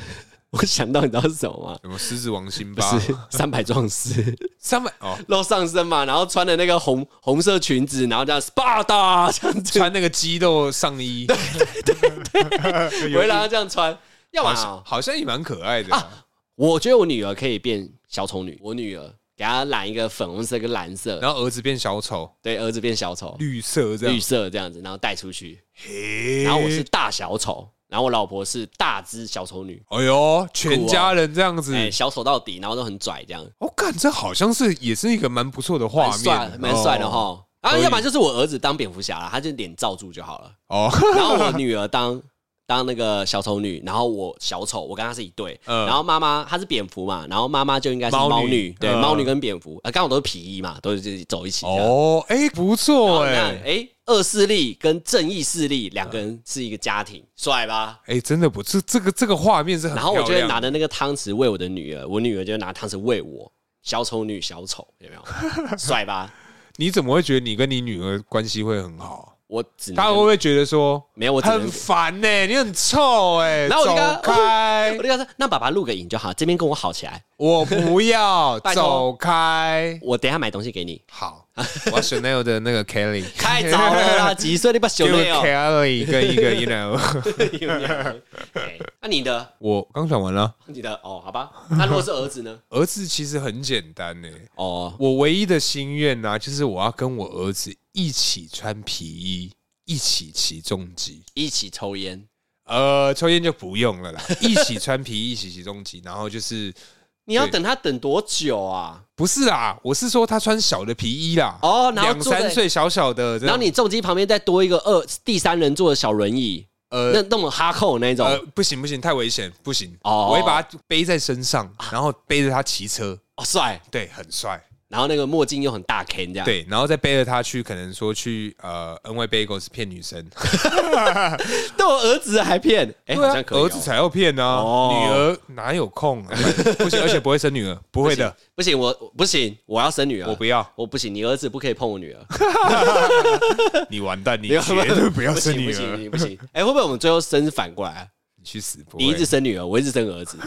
Speaker 2: 我想到你知道是什么吗？
Speaker 1: 什么狮子王辛
Speaker 2: 不
Speaker 1: 巴
Speaker 2: 是三百壮士
Speaker 1: 三百
Speaker 2: <laughs>
Speaker 1: 哦，
Speaker 2: 露上身嘛，然后穿的那个红红色裙子，然后这样 Sparta 这样子，
Speaker 1: 穿那个肌肉上
Speaker 2: <laughs>
Speaker 1: 衣，
Speaker 2: 啊我会让他这样穿。要么
Speaker 1: 好像好像也蛮可爱的啊。
Speaker 2: 我觉得我女儿可以变小丑女，我女儿给她染一个粉红色跟蓝色，
Speaker 1: 然后儿子变小丑，
Speaker 2: 对，儿子变小丑，
Speaker 1: 绿色这
Speaker 2: 绿
Speaker 1: 样。
Speaker 2: 色这样子，然后带出去。
Speaker 1: 嘿
Speaker 2: 然后我是，大小丑，然后我老婆是大只小丑女，
Speaker 1: 哎呦，全家人这样子
Speaker 2: 哎、，小丑到底，然后都很拽，这样
Speaker 1: 我看这好像是也是一个蛮不错的画
Speaker 2: 哦蛮
Speaker 1: 面
Speaker 2: 帅，，蛮帅的
Speaker 1: 哦。
Speaker 2: 哈。然
Speaker 1: 可
Speaker 2: 后
Speaker 1: 以
Speaker 2: 要不然就是我儿子当蝙蝠侠啦，他就脸罩住就好了。
Speaker 1: 哦，
Speaker 2: 然后我女儿当当那个小丑女，然后我小丑，我跟她是一对。
Speaker 1: 嗯
Speaker 2: 然后妈妈她是蝙蝠嘛，然后妈妈就应该是
Speaker 1: 猫
Speaker 2: 猫
Speaker 1: 女
Speaker 2: 女，对，
Speaker 1: 嗯
Speaker 2: 猫女跟蝙蝠，啊，刚好都是皮衣嘛，都是走一起这样。 <laughs>
Speaker 1: 哦，哎，不错
Speaker 2: 然后你看，
Speaker 1: 哎，
Speaker 2: 哎，恶势力跟正义势力两个人是一个家庭，帅吧？
Speaker 1: 哎，真的不，这这个这个画面是很
Speaker 2: 然
Speaker 1: 漂
Speaker 2: 后我
Speaker 1: 亮
Speaker 2: 就
Speaker 1: 的。
Speaker 2: 会拿着那个汤匙喂我的女儿，我女儿就拿汤匙喂我。小丑女小丑有没有帅吧？
Speaker 1: 你怎么会觉得你跟你女儿关系会很好？
Speaker 2: 我只能
Speaker 1: 他会不会觉得说
Speaker 2: 没有嗯我只能
Speaker 1: 很烦呢、你很臭哎、
Speaker 2: 然后我就跟他
Speaker 1: 走开
Speaker 2: 我，就跟他说，那爸爸录个影就好，这边跟我好起来，
Speaker 1: 我不要
Speaker 2: <laughs> 拜托
Speaker 1: 走开。
Speaker 2: 我等一下买东西给你。 <laughs>
Speaker 1: 好，我要 Chanel 的那个 Kelly，
Speaker 2: 太早
Speaker 1: <laughs>
Speaker 2: 了啦，哦几岁你把
Speaker 1: 就
Speaker 2: 熊
Speaker 1: 是
Speaker 2: 没有？
Speaker 1: Kelly 跟一
Speaker 2: <laughs>
Speaker 1: 个 You know，
Speaker 2: 哎 <laughs> 那你的
Speaker 1: 我刚讲完了。
Speaker 2: 你的哦，
Speaker 1: <laughs>
Speaker 2: 好吧，那如果是儿子呢？
Speaker 1: 儿子其实很简单呢、
Speaker 2: 哦，
Speaker 1: 我唯一的心愿呢、就是我要跟我儿子一起穿皮衣，一起骑重机。
Speaker 2: 一起抽烟。
Speaker 1: 呃，抽烟就不用
Speaker 2: <laughs>
Speaker 1: 了啦，一起穿皮衣，一起骑重机，然后就是
Speaker 2: 你要
Speaker 1: 对
Speaker 2: 等他等多久啊？
Speaker 1: 不是啦，我是说他穿小的皮衣啦，
Speaker 2: 哦然后
Speaker 1: 两
Speaker 2: 坐在
Speaker 1: 三岁小小的这种，
Speaker 2: 然后你重机旁边再多一个二第三人坐的小轮椅，
Speaker 1: 呃
Speaker 2: 那那么哈扣那种
Speaker 1: 呃，不行不行，太危险，不行，
Speaker 2: 哦
Speaker 1: 我会把他背在身上，然后背着他骑车，
Speaker 2: 哦，帅。
Speaker 1: 对，很帅，
Speaker 2: 然后那个墨镜又很大 K 这样，，
Speaker 1: 对，然后再背着他去，可能说去呃 N Y Bagels 骗女生，
Speaker 2: 对我儿子还骗，
Speaker 1: <laughs>
Speaker 2: 哎，
Speaker 1: 对
Speaker 2: 好
Speaker 1: 啊
Speaker 2: 像可以哦。
Speaker 1: 儿子才要骗呢，
Speaker 2: 哦
Speaker 1: 女儿哪有空啊？不行，而且不会生女儿，不会的，
Speaker 2: 不行，我不行，我要生女儿，
Speaker 1: 我不
Speaker 2: <laughs>
Speaker 1: 要，
Speaker 2: 我不行，你儿子不可以碰我女儿，
Speaker 1: 你完蛋，你
Speaker 2: 你
Speaker 1: 绝对 <laughs> 不要生女
Speaker 2: 不行不
Speaker 1: 儿，
Speaker 2: 行不行，哎，会不会我们最后生反过来啊？
Speaker 1: 你去死！不
Speaker 2: 你一
Speaker 1: 会
Speaker 2: 直生女儿，我一直生儿子，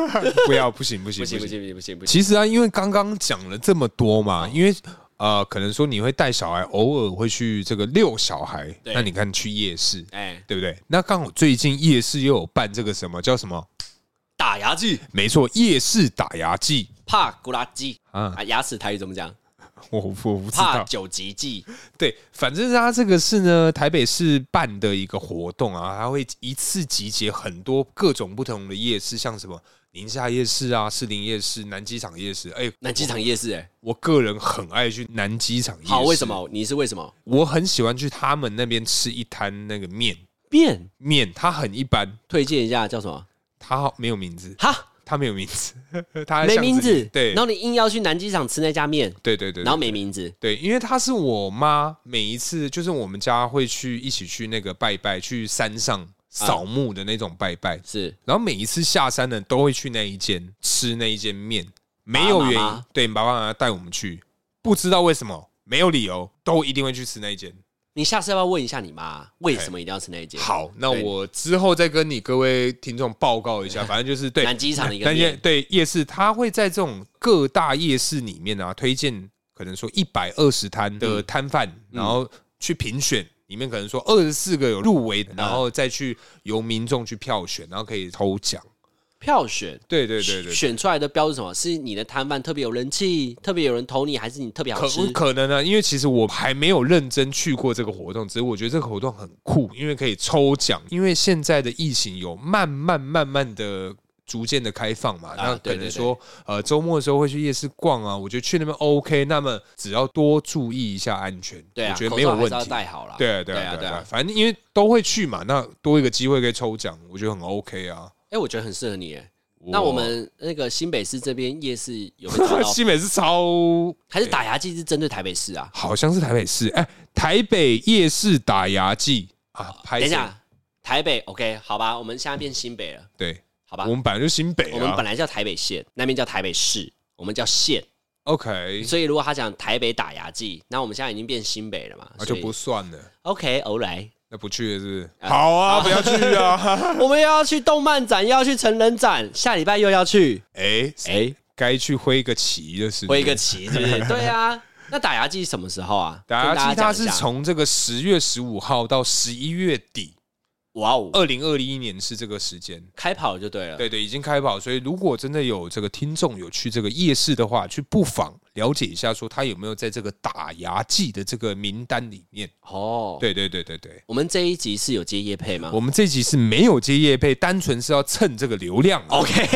Speaker 1: 不要，不行不行
Speaker 2: <laughs> 不行哦
Speaker 1: 不
Speaker 2: 不
Speaker 1: 行。
Speaker 2: 行不行不行不行，
Speaker 1: 其实啊，因为刚刚讲了这么多嘛，因为呃，可能说你会带小孩，偶尔会去这个遛小孩。
Speaker 2: 对
Speaker 1: 那你看去夜市，
Speaker 2: 哎，
Speaker 1: 对不对？那刚好最近夜市又有办这个什么叫什么？
Speaker 2: 打牙祭，
Speaker 1: 没错，夜市打牙祭
Speaker 2: 怕古拉鸡
Speaker 1: 啊，
Speaker 2: 啊，牙齿台语怎么讲？
Speaker 1: 我我不知
Speaker 2: 怕
Speaker 1: 道。
Speaker 2: 九级祭，
Speaker 1: 对，反正它这个是呢，台北市办的一个活动啊，它会一次集结很多各种不同的夜市，像什么宁夏夜市啊、士林夜市、南机场夜市。哎、
Speaker 2: 南机场夜市，哎，
Speaker 1: 我个人很爱去南机场夜市。
Speaker 2: 好，为什？么？你是为什么？
Speaker 1: 我很喜欢去他们那边吃一摊那个面
Speaker 2: 变
Speaker 1: 面，它很一般，
Speaker 2: 推荐一下叫什么？
Speaker 1: 它没有名字，
Speaker 2: 哈，
Speaker 1: 它没有名字， <laughs> 它在
Speaker 2: 没
Speaker 1: 巷
Speaker 2: 名
Speaker 1: 里
Speaker 2: 字，
Speaker 1: 对
Speaker 2: 然，后你硬要去南机场吃那家面，
Speaker 1: 对对对，
Speaker 2: 然后
Speaker 1: 对
Speaker 2: 没名字，
Speaker 1: 对，因为它是我妈每一次就是我们家会去一起去那个拜拜，去山
Speaker 2: 啊
Speaker 1: 上扫墓的那种拜拜，
Speaker 2: 是
Speaker 1: 然后每一次下山呢都会去那一间吃那一间面，没有
Speaker 2: 爸爸
Speaker 1: 原
Speaker 2: 妈
Speaker 1: 因
Speaker 2: 妈，
Speaker 1: 对，爸爸妈妈带我们去，不知道为什么，没有理由，都一定会去吃那一间。
Speaker 2: 你下次要不要问一下你妈，为什么一定要吃那一间？，
Speaker 1: 哎好，那
Speaker 2: 对
Speaker 1: 我之后再跟你各位听众报告一下，反正就是对
Speaker 2: 南机场的一个
Speaker 1: 但夜
Speaker 2: 面
Speaker 1: 对夜市，它会在这种各大夜市里面啊，推荐可能说一百二十摊的摊贩，然后去评选。里面可能说二十四个有入围的，然后再去由民众去票选，然后可以抽奖。
Speaker 2: 票选。
Speaker 1: 对对对对，
Speaker 2: 选出来的标准是什么？是你的摊贩特别有人气，特别有人投你，还是你特别好
Speaker 1: 可
Speaker 2: 吃？
Speaker 1: 可能啊呢，因为其实我还没有认真去过这个活动，只是我觉得这个活动很酷，因为可以抽奖，因为现在的疫情有慢慢慢慢的。逐渐的开放嘛，那可
Speaker 2: 啊对
Speaker 1: 能
Speaker 2: 对
Speaker 1: 说，呃，周末的时候会去夜市逛啊，我觉得去那边 OK，那么只要多注意一下安全，
Speaker 2: 对啊，
Speaker 1: 我觉得
Speaker 2: 口
Speaker 1: 没有
Speaker 2: 罩还
Speaker 1: 问
Speaker 2: 是要
Speaker 1: 题。
Speaker 2: 戴好了。
Speaker 1: 对啊，对
Speaker 2: 对
Speaker 1: 啊，
Speaker 2: 啊，
Speaker 1: 对
Speaker 2: 对
Speaker 1: 啊
Speaker 2: 啊，。
Speaker 1: 反正因为都会去嘛，那多一个机会可以抽奖，我觉得很 OK 啊。
Speaker 2: 哎，我觉得很适合你。哎那我们那个新北市这边夜市有没有找
Speaker 1: 哇 <laughs>
Speaker 2: 到？
Speaker 1: 西美是超
Speaker 2: 还是打牙祭是针对台北市啊？
Speaker 1: 好像是台北市，哎、台北夜市打牙祭啊，拍
Speaker 2: 等一
Speaker 1: 谁
Speaker 2: 下，台北 OK，好吧，我们现在变新北了，
Speaker 1: 对，
Speaker 2: 好吧
Speaker 1: 我？们本来就新北、啊，
Speaker 2: 我们本来叫台北县，那边叫台北市，我们叫县。
Speaker 1: OK，
Speaker 2: 所以如果他讲台北打牙祭，那我们现在已经变新北了嘛？
Speaker 1: 啊那就
Speaker 2: 所以
Speaker 1: 不算了，
Speaker 2: OK，欧来，
Speaker 1: 那不去了是不是？好啊，不要去啊！
Speaker 2: <laughs> 我们又要去动漫展，又要去成人展，下礼拜又要去，
Speaker 1: 哎，
Speaker 2: 哎，
Speaker 1: 该去挥个旗的是不是
Speaker 2: 挥一个。旗，是不是？对啊，那打牙祭什么时候啊？
Speaker 1: <laughs> 打牙
Speaker 2: 跟
Speaker 1: 祭
Speaker 2: 大家
Speaker 1: 它
Speaker 2: 讲一
Speaker 1: 是
Speaker 2: 下
Speaker 1: 从这个十月十五号到十一月底，
Speaker 2: 哇哦
Speaker 1: 二零二一年是这个时间。
Speaker 2: 开跑就对了，
Speaker 1: 对对，已经开跑，所以如果真的有这个听众有去这个夜市的话，去不妨了解一下，说他有没有在这个打牙祭的这个名单里面。
Speaker 2: 哦，
Speaker 1: 对对对对对，
Speaker 2: 我们这一集是有接叶配吗
Speaker 1: 我们这集是没有接夜配，单纯是要蹭这个流量啊。
Speaker 2: ？OK，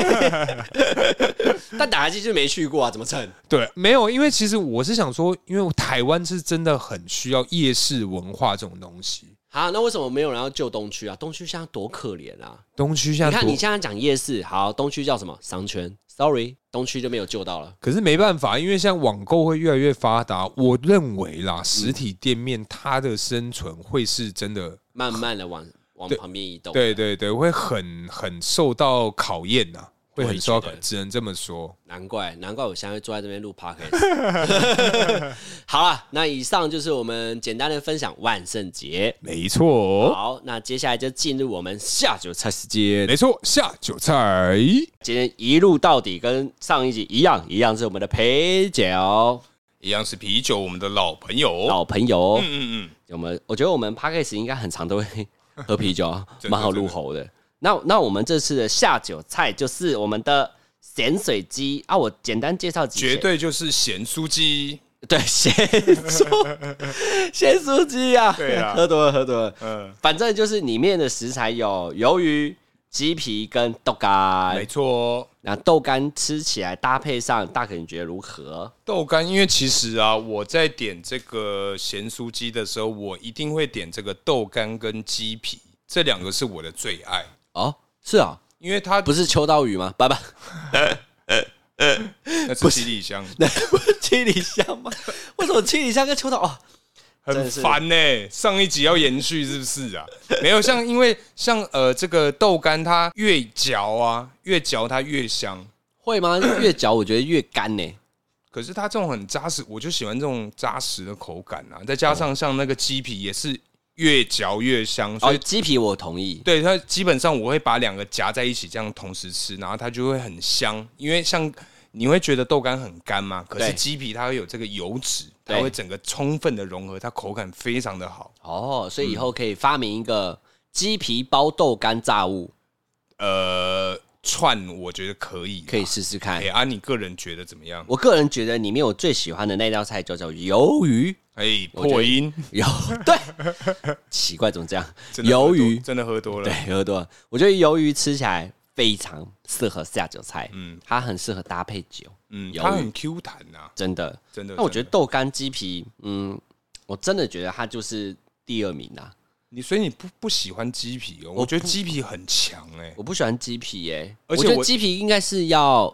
Speaker 2: 但打牙祭就没去过啊，怎么蹭？
Speaker 1: 对，没有，因为其实我是想说，因为台湾是真的很需要夜市文化这种东西。
Speaker 2: 好，那为什么没有人要救东区啊？东区现在多可怜啊！
Speaker 1: 东区
Speaker 2: 你
Speaker 1: 现在
Speaker 2: 看你
Speaker 1: 多，
Speaker 2: 现在讲夜市，好，东区叫什么商圈？Sorry，东区就没有救到了。
Speaker 1: 可是没办法，因为像网购会越来越发达，我认为啦，实体店面它的生存会是真的，
Speaker 2: 慢慢的往往
Speaker 1: 对
Speaker 2: 旁边移动。
Speaker 1: 对对对，会很很受到考验呐、
Speaker 3: 会很受到
Speaker 2: 我也觉得
Speaker 3: 只能这么说。
Speaker 2: 难怪，难怪我现在会坐在这边录 podcast。好了，那以上就是我们简单的分享万圣节。
Speaker 3: 没
Speaker 1: 哦
Speaker 3: 错，
Speaker 2: 好，那接下来就进入我们下酒菜时间。
Speaker 3: 没错，下酒菜。
Speaker 2: 今天一路到底，跟上一集一样，一样是我们的陪酒
Speaker 1: 一样是啤酒，我们的老朋友。
Speaker 2: 老朋友。
Speaker 1: 嗯嗯
Speaker 2: 我们我觉得我们 podcast 应该很常都会喝啤酒啊，
Speaker 1: <laughs> 真的
Speaker 2: 蛮好入喉的。那那我们这次的下酒菜就是我们的咸水鸡啊，我简单介绍几
Speaker 1: 绝
Speaker 2: 些
Speaker 1: 对就是咸酥鸡。
Speaker 2: 对咸酥咸酥鸡啊，
Speaker 1: <laughs> 对啊
Speaker 2: 喝多了喝多了，
Speaker 1: 嗯，
Speaker 2: 反正就是里面的食材有鱿鱼、鸡皮跟豆干
Speaker 1: 没，错。
Speaker 2: 那豆干吃起来搭配上，大可你觉得如何？
Speaker 1: 豆干，因为其实啊，我在点这个咸酥鸡的时候，我一定会点这个豆干跟鸡皮，这两个是我的最爱，
Speaker 2: 哦，是啊，
Speaker 1: 因为它
Speaker 2: 不是秋刀鱼吗？爸爸，
Speaker 1: 那是七里香，
Speaker 2: 那不是 <laughs> 七里香吗？为什么七里香跟秋刀哦？真
Speaker 1: 很
Speaker 2: 的是
Speaker 1: 烦呢、上一集要延续是不是 <laughs> 啊？没有像，因为像呃，这个豆干它越嚼啊，越嚼它越香。
Speaker 2: 会吗？越嚼我觉得越干呢、
Speaker 1: 可是它这种很扎实，我就喜欢这种扎实的口感啊。再加上像那个鸡皮也是越嚼越香，所
Speaker 2: 哦，
Speaker 1: 以
Speaker 2: 鸡皮我同意。
Speaker 1: 对它基本上我会把两个夹在一起，这样同时吃，然后它就会很香。因为像你会觉得豆干很干嘛，可是
Speaker 2: 对
Speaker 1: 鸡皮它会有这个油脂，它
Speaker 2: 对
Speaker 1: 会整个充分的融合，它口感非常的好。
Speaker 2: 哦，所以以后可以发明一个鸡皮包豆干炸物，
Speaker 1: 呃，串我觉得可以，
Speaker 2: 可以。试试看
Speaker 1: 哎、。啊，你个人觉得怎么样？
Speaker 2: 我个人觉得里面我最喜欢的那道菜就叫鱿鱼，
Speaker 1: 哎、
Speaker 2: 我觉
Speaker 1: 破
Speaker 2: 得
Speaker 1: 音， <laughs>
Speaker 2: 有对，奇怪怎么这样？
Speaker 1: 真的喝
Speaker 2: 鱿
Speaker 1: 多
Speaker 2: 鱼
Speaker 1: 真的喝多了
Speaker 2: 对，，耳朵，我觉得鱿鱼吃起来非常适合下酒菜，嗯，它很适合搭配酒，
Speaker 1: 嗯，
Speaker 2: 鱿
Speaker 1: 它
Speaker 2: 鱼
Speaker 1: 很 Q 弹呐、啊，
Speaker 2: 真的。
Speaker 1: 真的。
Speaker 2: 那我觉
Speaker 1: 真的
Speaker 2: 得豆干鸡皮，嗯，我真的觉得它就是第二名啊。
Speaker 1: 你，所以你不不喜欢鸡皮哦？我觉得鸡皮很强哎、
Speaker 2: 我不喜欢鸡皮耶、
Speaker 1: 而且
Speaker 2: 我觉得
Speaker 1: 我
Speaker 2: 鸡皮应该是要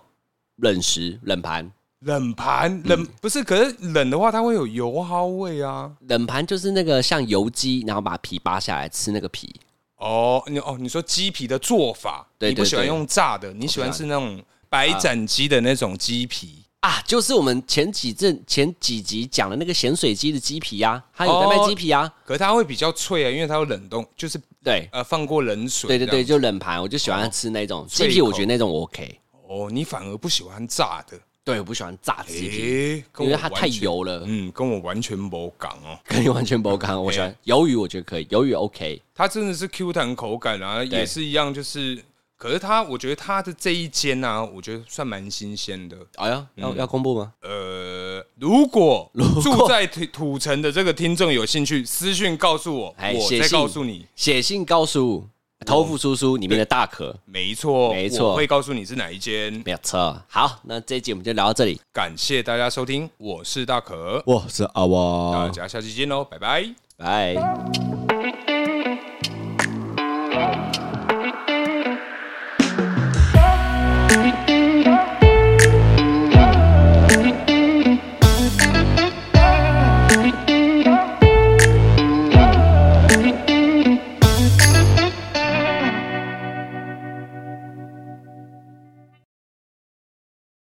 Speaker 2: 冷食冷盘，
Speaker 1: 冷盘冷、
Speaker 2: 嗯
Speaker 1: 不是，可是冷的话它会有油蒿味啊。
Speaker 2: 冷盘就是那个像油鸡，然后把皮扒下来吃那个皮。
Speaker 1: 哦，你哦，你说鸡皮的做法，
Speaker 2: 对
Speaker 1: 你不
Speaker 2: 对
Speaker 1: 喜欢
Speaker 2: 对
Speaker 1: 用炸的，你喜欢
Speaker 2: 喜
Speaker 1: 吃那种白斩鸡的那种鸡皮。
Speaker 2: 啊，就是我们前几阵前几集讲的那个咸水鸡的鸡皮啊，它有在卖
Speaker 1: 哦
Speaker 2: 鸡皮啊，
Speaker 1: 可是它会比较脆啊，因为它有冷冻，就是
Speaker 2: 对
Speaker 1: 呃放过冷水。
Speaker 2: 对对对，，就冷盘，我就喜欢吃那种鸡
Speaker 1: 哦脆
Speaker 2: 皮，我
Speaker 1: 口
Speaker 2: 觉得那种我 OK，
Speaker 1: 哦，你反而不喜欢炸的，
Speaker 2: 对，我不喜欢炸鸡皮，
Speaker 1: 诶、跟
Speaker 2: 因为
Speaker 1: 我
Speaker 2: 它
Speaker 1: 完
Speaker 2: 太
Speaker 1: 全，
Speaker 2: 油了，
Speaker 1: 嗯，跟我完全无港哦。
Speaker 2: 跟你完全不干。我喜欢鱿鱼，我觉得可以，鱿鱼 OK，
Speaker 1: 它真的是 Q 弹口感啊，也是一样，就是，可是它，我觉得它的这一间啊，我觉得算蛮新鲜的。
Speaker 2: 哎呀，要要公布吗？
Speaker 1: 呃，如果
Speaker 2: 果
Speaker 1: 住在土土城的这个听众有兴趣，私讯告诉我，
Speaker 2: 哎
Speaker 1: 我
Speaker 2: 写
Speaker 1: 再
Speaker 2: 信
Speaker 1: 告诉你，
Speaker 2: 写信告诉头腐叔叔里面的大可，
Speaker 1: 没错，
Speaker 2: 没错
Speaker 1: 我会告诉你是哪一间。
Speaker 2: 没有错。好，那这一集我们就聊到这里，
Speaker 1: 感谢大家收听，我是大可，
Speaker 2: 我是阿啊
Speaker 1: 大
Speaker 2: 汪，
Speaker 1: 家下期见喽，拜拜。
Speaker 2: 拜。